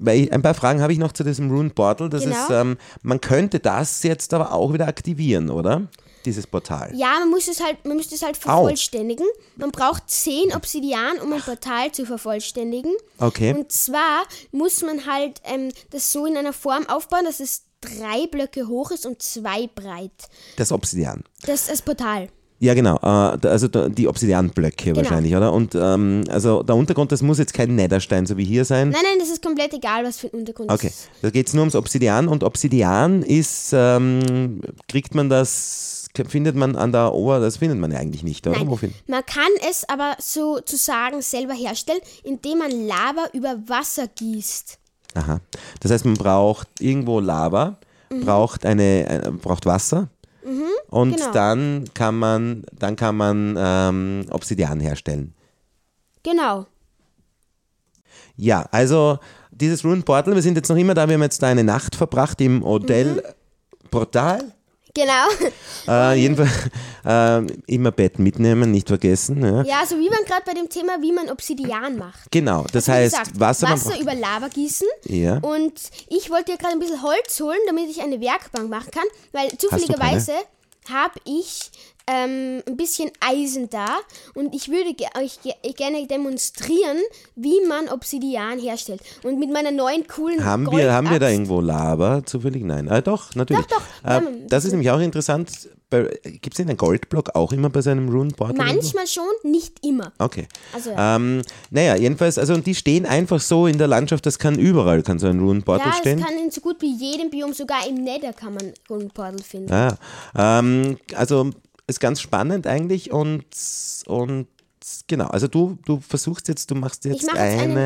Speaker 2: weil ich, ein paar Fragen habe ich noch zu diesem Rune Portal. Das
Speaker 1: Genau.
Speaker 2: ist, ähm, man könnte das jetzt aber auch wieder aktivieren, oder? Dieses Portal.
Speaker 1: Ja, man muss es halt, man müsste es halt vervollständigen. Man braucht 10 Obsidian, um ein Portal zu vervollständigen.
Speaker 2: Okay.
Speaker 1: Und zwar muss man halt ähm, das so in einer Form aufbauen, dass es drei Blöcke hoch ist und zwei breit.
Speaker 2: Das Obsidian.
Speaker 1: Das ist das Portal.
Speaker 2: Ja, genau. Äh, da- also da- die Obsidianblöcke
Speaker 1: Genau.
Speaker 2: wahrscheinlich, oder? Und ähm, also der Untergrund, das muss jetzt kein Netherstein so wie hier sein.
Speaker 1: Nein, nein, das ist komplett egal, was für ein Untergrund
Speaker 2: Okay,
Speaker 1: es ist.
Speaker 2: da geht es nur ums Obsidian und Obsidian ist, ähm, kriegt man das, findet man an der Ober, das findet man ja eigentlich nicht, oder?
Speaker 1: Nein,
Speaker 2: Wo find-
Speaker 1: man kann es aber sozusagen selber herstellen, indem man Lava über Wasser gießt.
Speaker 2: Aha. Das heißt, man braucht irgendwo Lava,
Speaker 1: Mhm.
Speaker 2: braucht eine, äh, braucht Wasser und
Speaker 1: genau.
Speaker 2: dann kann man, dann kann man ähm, Obsidian herstellen.
Speaker 1: Genau.
Speaker 2: Ja, also dieses Rune Portal, wir sind jetzt noch immer da, wir haben jetzt da eine Nacht verbracht im Hotel
Speaker 1: Mhm.
Speaker 2: Portal.
Speaker 1: Genau. [LAUGHS]
Speaker 2: Äh, jedenfalls [LAUGHS] äh, immer Bett mitnehmen, nicht vergessen. Ja.
Speaker 1: Ja, so wie man gerade bei dem Thema, wie man Obsidian macht.
Speaker 2: Genau, das
Speaker 1: Wie
Speaker 2: heißt,
Speaker 1: gesagt,
Speaker 2: Wasser, man
Speaker 1: Wasser
Speaker 2: braucht-
Speaker 1: über Lava gießen.
Speaker 2: Ja.
Speaker 1: Und ich wollte ja gerade ein bisschen Holz holen, damit ich eine Werkbank machen kann, weil zufälligerweise habe ich ähm, ein bisschen Eisen da und ich würde ge euch ge gerne demonstrieren, wie man Obsidian herstellt. Und mit meiner neuen coolen
Speaker 2: haben wir, haben wir da
Speaker 1: Goldaxt-
Speaker 2: irgendwo Lava zufällig? Nein. Ah, doch, natürlich.
Speaker 1: Doch, doch,
Speaker 2: Äh,
Speaker 1: nehmen wir.
Speaker 2: das ist nämlich auch interessant. Gibt es denn einen Goldblock auch immer bei seinem Rune-Portal?
Speaker 1: Manchmal schon, nicht immer.
Speaker 2: Okay.
Speaker 1: Also,
Speaker 2: Ähm, naja, jedenfalls, also und die stehen einfach so in der Landschaft, das kann überall, kann so ein Rune-Portal
Speaker 1: ja, es
Speaker 2: stehen.
Speaker 1: kann in so gut wie jedem Biom, sogar im Nether kann man Grundportal finden.
Speaker 2: Ah, ähm, also ist ganz spannend eigentlich und, und genau, also du, du versuchst jetzt, du machst jetzt
Speaker 1: mach jetzt einen-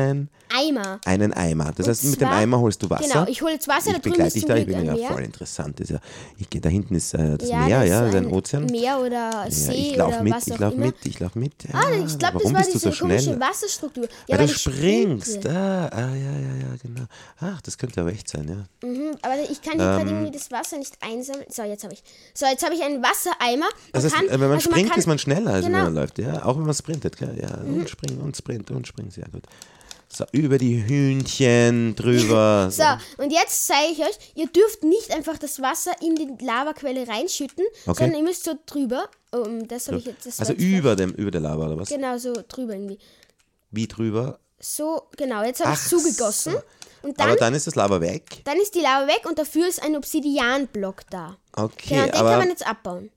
Speaker 2: einen,
Speaker 1: Eimer.
Speaker 2: einen Eimer. Das
Speaker 1: Und
Speaker 2: heißt, mit dem
Speaker 1: zwar-
Speaker 2: Eimer holst du Ah. Wasser.
Speaker 1: Genau, ich hole jetzt Wasser, da
Speaker 2: ich
Speaker 1: drüben
Speaker 2: begleite
Speaker 1: ist
Speaker 2: dich
Speaker 1: zum
Speaker 2: da, ich
Speaker 1: Glück
Speaker 2: bin
Speaker 1: ein
Speaker 2: ja
Speaker 1: Meer.
Speaker 2: voll interessant. Das ist ja, ich, geh- da hinten ist äh, das
Speaker 1: Ja,
Speaker 2: Meer,
Speaker 1: das
Speaker 2: ja,
Speaker 1: ist
Speaker 2: ein Ozean.
Speaker 1: Meer oder
Speaker 2: ja,
Speaker 1: See
Speaker 2: ich
Speaker 1: oder
Speaker 2: lauf mit,
Speaker 1: was
Speaker 2: ich
Speaker 1: auch
Speaker 2: lauf
Speaker 1: immer.
Speaker 2: mit, ich lauf mit. Ja,
Speaker 1: Ah, ich glaube, das
Speaker 2: warum
Speaker 1: war
Speaker 2: bist du
Speaker 1: diese
Speaker 2: so
Speaker 1: komische
Speaker 2: schnell?
Speaker 1: Wasserstruktur. Ja,
Speaker 2: Weil, du
Speaker 1: ich springte.
Speaker 2: springst. Ah, ah, ja, ja, ja, genau. Ach, das könnte aber echt sein, ja.
Speaker 1: Mhm, aber ich kann hier
Speaker 2: Ähm.
Speaker 1: gerade irgendwie das Wasser nicht einsammeln. So, jetzt habe ich. So, jetzt habe ich einen Wassereimer. Man
Speaker 2: Das heißt,
Speaker 1: kann,
Speaker 2: äh, wenn man
Speaker 1: also
Speaker 2: springt,
Speaker 1: kann,
Speaker 2: ist man schneller, als
Speaker 1: Genau. Mhm.
Speaker 2: wenn man läuft. Ja, auch wenn man sprintet, gell? Ja, und springen und sprint und springen, sehr gut. So, über die Hühnchen drüber.
Speaker 1: [LAUGHS] So, und jetzt zeige ich euch, ihr dürft nicht einfach das Wasser in die Lavaquelle reinschütten,
Speaker 2: Okay.
Speaker 1: sondern ihr müßt so drüber. Ähm, das habe ich jetzt. Das war
Speaker 2: Also
Speaker 1: jetzt falsch.
Speaker 2: über dem, über der Lava oder was?
Speaker 1: Genau, so drüber irgendwie.
Speaker 2: Wie drüber?
Speaker 1: So, genau, jetzt habe ich
Speaker 2: Ach
Speaker 1: es zugegossen. Und
Speaker 2: aber
Speaker 1: dann,
Speaker 2: dann ist das Lava weg.
Speaker 1: dann ist die Lava weg und dafür ist ein Obsidianblock da.
Speaker 2: Okay,
Speaker 1: Genau, den kann
Speaker 2: aber
Speaker 1: man jetzt abbauen.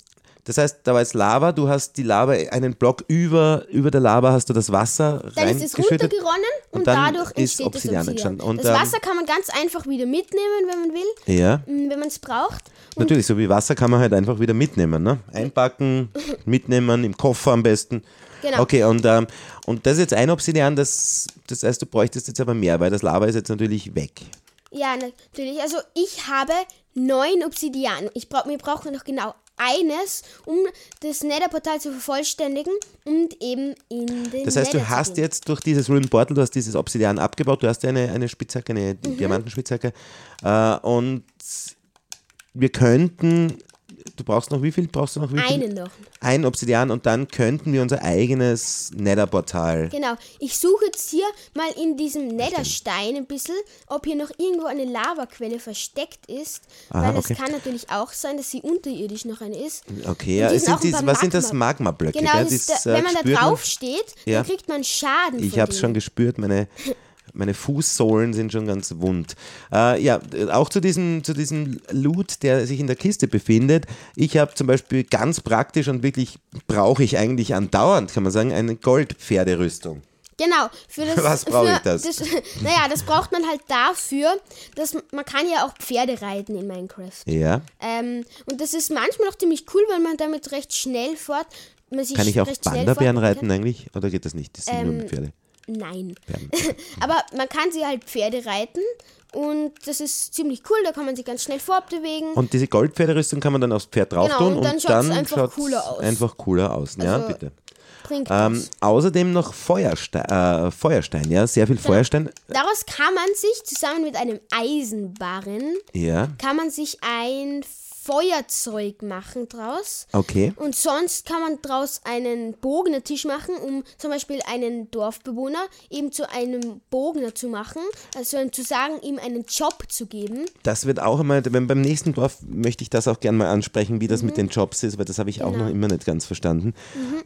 Speaker 2: das heißt, da war jetzt Lava, du hast die Lava, einen Block über, über der Lava hast du das Wasser
Speaker 1: Dann ist es
Speaker 2: reingeschüttet.
Speaker 1: runtergeronnen und,
Speaker 2: und dann
Speaker 1: dadurch
Speaker 2: ist
Speaker 1: entsteht
Speaker 2: Obsidian
Speaker 1: das Obsidian.
Speaker 2: entstanden. Und,
Speaker 1: das
Speaker 2: ähm,
Speaker 1: Wasser kann man ganz einfach wieder mitnehmen, wenn man will,
Speaker 2: ja,
Speaker 1: mh, wenn man es braucht. Und
Speaker 2: natürlich, so wie Wasser kann man halt einfach wieder mitnehmen. Ne?
Speaker 1: [LAUGHS]
Speaker 2: Einpacken, mitnehmen, im Koffer am besten.
Speaker 1: Genau.
Speaker 2: Okay, und, ähm, und das ist jetzt ein Obsidian, das, das heißt, du bräuchtest jetzt aber mehr, weil das Lava ist jetzt natürlich weg.
Speaker 1: ja, natürlich. Also ich habe neun Obsidian. Ich brauch, wir brauchen noch genau eines, um das Netherportal zu vervollständigen und eben in den
Speaker 2: Das heißt,
Speaker 1: Nether
Speaker 2: du hast
Speaker 1: zu gehen.
Speaker 2: jetzt durch dieses Ruined Portal, du hast dieses Obsidian abgebaut, du hast ja eine, eine Spitzhacke, eine
Speaker 1: Mhm.
Speaker 2: Diamantenspitzhacke. Äh, und wir könnten, du brauchst noch wie viel? Brauchst du noch wie viel?
Speaker 1: einen noch.
Speaker 2: Ein Obsidian und dann könnten wir unser eigenes Nether-Portal.
Speaker 1: Genau. Ich suche jetzt hier mal in diesem Netherstein ein bisschen, ob hier noch irgendwo eine Lavaquelle versteckt ist.
Speaker 2: Aha,
Speaker 1: weil
Speaker 2: okay.
Speaker 1: es kann natürlich auch sein, dass sie unterirdisch noch eine ist.
Speaker 2: Okay, ja.
Speaker 1: Und hier
Speaker 2: Es
Speaker 1: sind auch
Speaker 2: sind
Speaker 1: ein
Speaker 2: diese-
Speaker 1: paar
Speaker 2: was sind das?
Speaker 1: Magma-
Speaker 2: Magma-Blöcke.
Speaker 1: Genau,
Speaker 2: gell?
Speaker 1: das ist
Speaker 2: Das,
Speaker 1: da,
Speaker 2: äh,
Speaker 1: wenn man da
Speaker 2: spürt
Speaker 1: drauf steht,
Speaker 2: Ja.
Speaker 1: dann kriegt man Schaden.
Speaker 2: Ich
Speaker 1: von
Speaker 2: habe es
Speaker 1: denen.
Speaker 2: schon gespürt, meine, meine Fußsohlen sind schon ganz wund. Äh, ja, d- auch zu diesem, zu diesem Loot, der sich in der Kiste befindet. Ich habe zum Beispiel ganz praktisch und wirklich brauche ich eigentlich andauernd, kann man sagen, eine Goldpferderüstung.
Speaker 1: Genau.
Speaker 2: [LAUGHS]
Speaker 1: Für das, [LAUGHS]
Speaker 2: Was brauche
Speaker 1: für
Speaker 2: ich das?
Speaker 1: Naja, das braucht man halt dafür, dass m- man kann ja auch Pferde reiten in Minecraft.
Speaker 2: Ja.
Speaker 1: Ähm, und das ist manchmal auch ziemlich cool, weil man damit recht schnell fort... Man sich
Speaker 2: Kann ich auch
Speaker 1: recht Äh, schnell Ähm,
Speaker 2: Wanderbären
Speaker 1: fortbewegen
Speaker 2: reiten eigentlich? Oder geht das nicht? Das sind nur Pferde.
Speaker 1: Nein. [LAUGHS] Aber man kann sie halt Pferde reiten und das ist ziemlich cool, da kann man sich ganz schnell fortbewegen.
Speaker 2: Und diese Goldpferderüstung kann man dann aufs Pferd drauf tun
Speaker 1: Genau, und dann
Speaker 2: und
Speaker 1: schaut's
Speaker 2: dann,
Speaker 1: einfach
Speaker 2: schaut's
Speaker 1: cooler aus.
Speaker 2: einfach cooler aus. Ja,
Speaker 1: Also,
Speaker 2: bitte.
Speaker 1: Bringt
Speaker 2: Ähm,
Speaker 1: was.
Speaker 2: außerdem noch Feuerstein, äh, Feuerstein, ja, sehr
Speaker 1: Genau.
Speaker 2: viel Feuerstein.
Speaker 1: Daraus kann man sich zusammen mit einem Eisenbarren,
Speaker 2: Ja,
Speaker 1: kann man sich ein Feuerzeug machen draus.
Speaker 2: okay.
Speaker 1: Und sonst kann man draus einen Bognertisch machen, um zum Beispiel einen Dorfbewohner eben zu einem Bogner zu machen, also ihm zu sagen, ihm einen Job zu geben.
Speaker 2: Das wird auch einmal, wenn beim nächsten Dorf möchte ich das auch gerne mal ansprechen, wie das
Speaker 1: Mhm.
Speaker 2: mit den Jobs ist, weil das habe ich
Speaker 1: Genau.
Speaker 2: auch noch immer nicht ganz verstanden.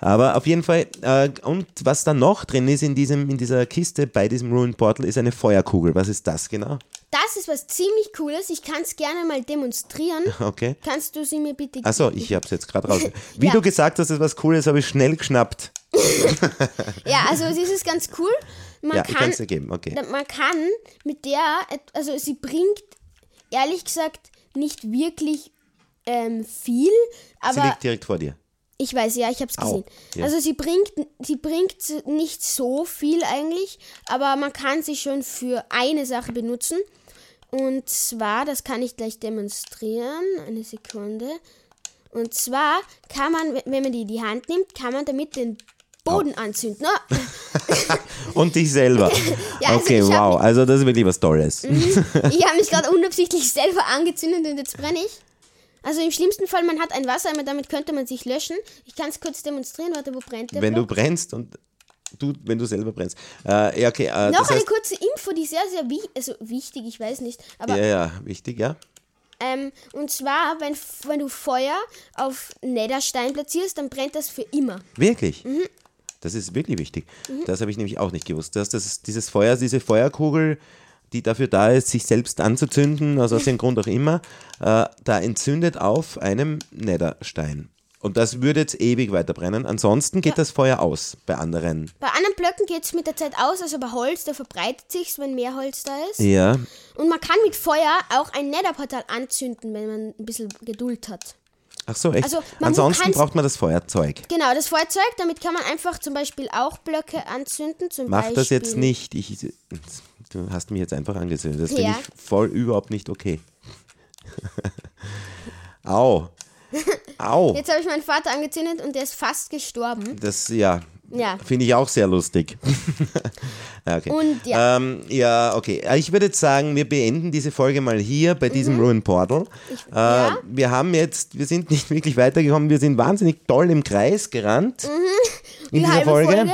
Speaker 2: Aber auf jeden Fall, äh, und was da noch drin ist in, diesem, in dieser Kiste bei diesem Ruined Portal, ist eine Feuerkugel. Was ist das genau? [LAUGHS]
Speaker 1: Das ist was ziemlich Cooles. Ich kann es gerne mal demonstrieren.
Speaker 2: Okay.
Speaker 1: Kannst du sie mir bitte geben?
Speaker 2: Achso, ich habe es jetzt
Speaker 1: [LAUGHS]
Speaker 2: gerade raus. Wie
Speaker 1: Ja.
Speaker 2: du gesagt hast, das ist was Cooles, habe ich schnell geschnappt.
Speaker 1: Ja, also es ist ganz cool. Man
Speaker 2: ja, ich kann
Speaker 1: kann,
Speaker 2: es dir geben, okay.
Speaker 1: man kann mit der, et- also sie bringt ehrlich gesagt nicht wirklich ähm, viel,
Speaker 2: Sie
Speaker 1: aber
Speaker 2: liegt direkt vor dir.
Speaker 1: ich weiß ja, ich habe es
Speaker 2: Au,
Speaker 1: gesehen.
Speaker 2: ja.
Speaker 1: Also sie bringt, sie bringt nicht so viel eigentlich, aber man kann sie schon für eine Sache benutzen. Und zwar, das kann ich gleich demonstrieren. Eine Sekunde. Und zwar kann man, we- wenn man die in die Hand nimmt, kann man damit den Boden anzünden. Oh, Na,
Speaker 2: Und dich selber.
Speaker 1: [LAUGHS] Ja, also
Speaker 2: okay,
Speaker 1: ich hab Mhm.
Speaker 2: wow. Also das ist wirklich was Tolles.
Speaker 1: [LAUGHS] Ich habe mich gerade unabsichtlich selber angezündet und jetzt brenne ich. Also im schlimmsten Fall, man hat ein Wassereimer, damit könnte man sich löschen. Ich kann es kurz demonstrieren. Warte, wo brennt der?
Speaker 2: wenn du
Speaker 1: Block?
Speaker 2: brennst und du, wenn du selber brennst. Äh, ja, okay. Äh,
Speaker 1: Noch
Speaker 2: das
Speaker 1: eine
Speaker 2: heißt,
Speaker 1: kurze Info, die sehr, sehr wi also wichtig, ich weiß nicht. Aber
Speaker 2: ja, ja, wichtig, ja.
Speaker 1: ähm, und zwar, wenn, f- wenn du Feuer auf Netherstein platzierst, dann brennt das für immer.
Speaker 2: Wirklich.
Speaker 1: Mhm.
Speaker 2: Das ist wirklich wichtig. Das habe ich nämlich auch nicht gewusst. Dass das, dieses Feuer, diese Feuerkugel, die dafür da ist, sich selbst anzuzünden, also aus dem Grund auch immer, äh, da entzündet auf einem Netherstein. Und das würde jetzt ewig weiter brennen. Ansonsten geht das Feuer aus bei anderen.
Speaker 1: Bei anderen Blöcken geht es mit der Zeit aus, also bei Holz, da verbreitet sich's, wenn mehr Holz da ist.
Speaker 2: Ja,
Speaker 1: Und man kann mit Feuer auch ein Netherportal anzünden, wenn man ein bisschen Geduld hat.
Speaker 2: Ach so, echt.
Speaker 1: Also, man
Speaker 2: Ansonsten
Speaker 1: kann's-
Speaker 2: braucht man das Feuerzeug.
Speaker 1: Genau, das Feuerzeug, damit kann man einfach zum Beispiel auch Blöcke anzünden. Zum
Speaker 2: Mach
Speaker 1: Beispiel.
Speaker 2: das jetzt nicht. Ich, du hast mich jetzt einfach angesehen. Das
Speaker 1: Ja.
Speaker 2: finde ich voll überhaupt nicht okay. [LAUGHS]
Speaker 1: [LAUGHS]
Speaker 2: Au. Au.
Speaker 1: Jetzt habe ich meinen Vater angezündet und der ist fast gestorben.
Speaker 2: Das, ja.
Speaker 1: Ja.
Speaker 2: Finde ich auch sehr lustig. [LAUGHS] ja, okay.
Speaker 1: Und ja.
Speaker 2: Ähm, ja, okay. Äh, Ich würde jetzt sagen, wir beenden diese Folge mal hier bei diesem Ruin Portal. äh,
Speaker 1: Mhm. ja.
Speaker 2: Wir haben jetzt, wir sind nicht wirklich weitergekommen, wir sind wahnsinnig toll im Kreis gerannt. In
Speaker 1: Die
Speaker 2: dieser
Speaker 1: Mhm. halbe
Speaker 2: Folge.
Speaker 1: Folge.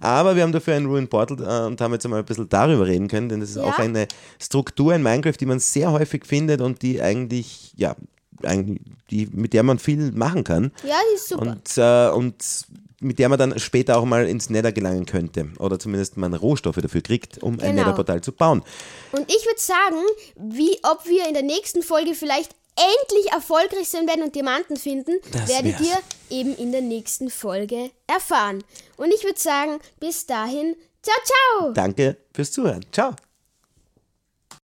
Speaker 2: Aber wir haben dafür ein Ruin Portal äh, und haben jetzt mal ein bisschen darüber reden können, denn das ist
Speaker 1: Ja.
Speaker 2: auch eine Struktur in Minecraft, die man sehr häufig findet und die eigentlich, ja, eigentlich, die, mit der man viel machen kann.
Speaker 1: Ja, die ist super.
Speaker 2: Und, äh, und mit der man dann später auch mal ins Nether gelangen könnte. Oder zumindest man Rohstoffe dafür kriegt, um ein
Speaker 1: Genau.
Speaker 2: Netherportal zu bauen.
Speaker 1: Und, ich würde sagen, wie ob wir in der nächsten Folge vielleicht endlich erfolgreich sein werden und Diamanten finden,
Speaker 2: Das
Speaker 1: werdet
Speaker 2: wär's.
Speaker 1: ihr eben in der nächsten Folge erfahren. Und ich würde sagen, bis dahin, ciao, ciao!
Speaker 2: Danke fürs Zuhören. Ciao.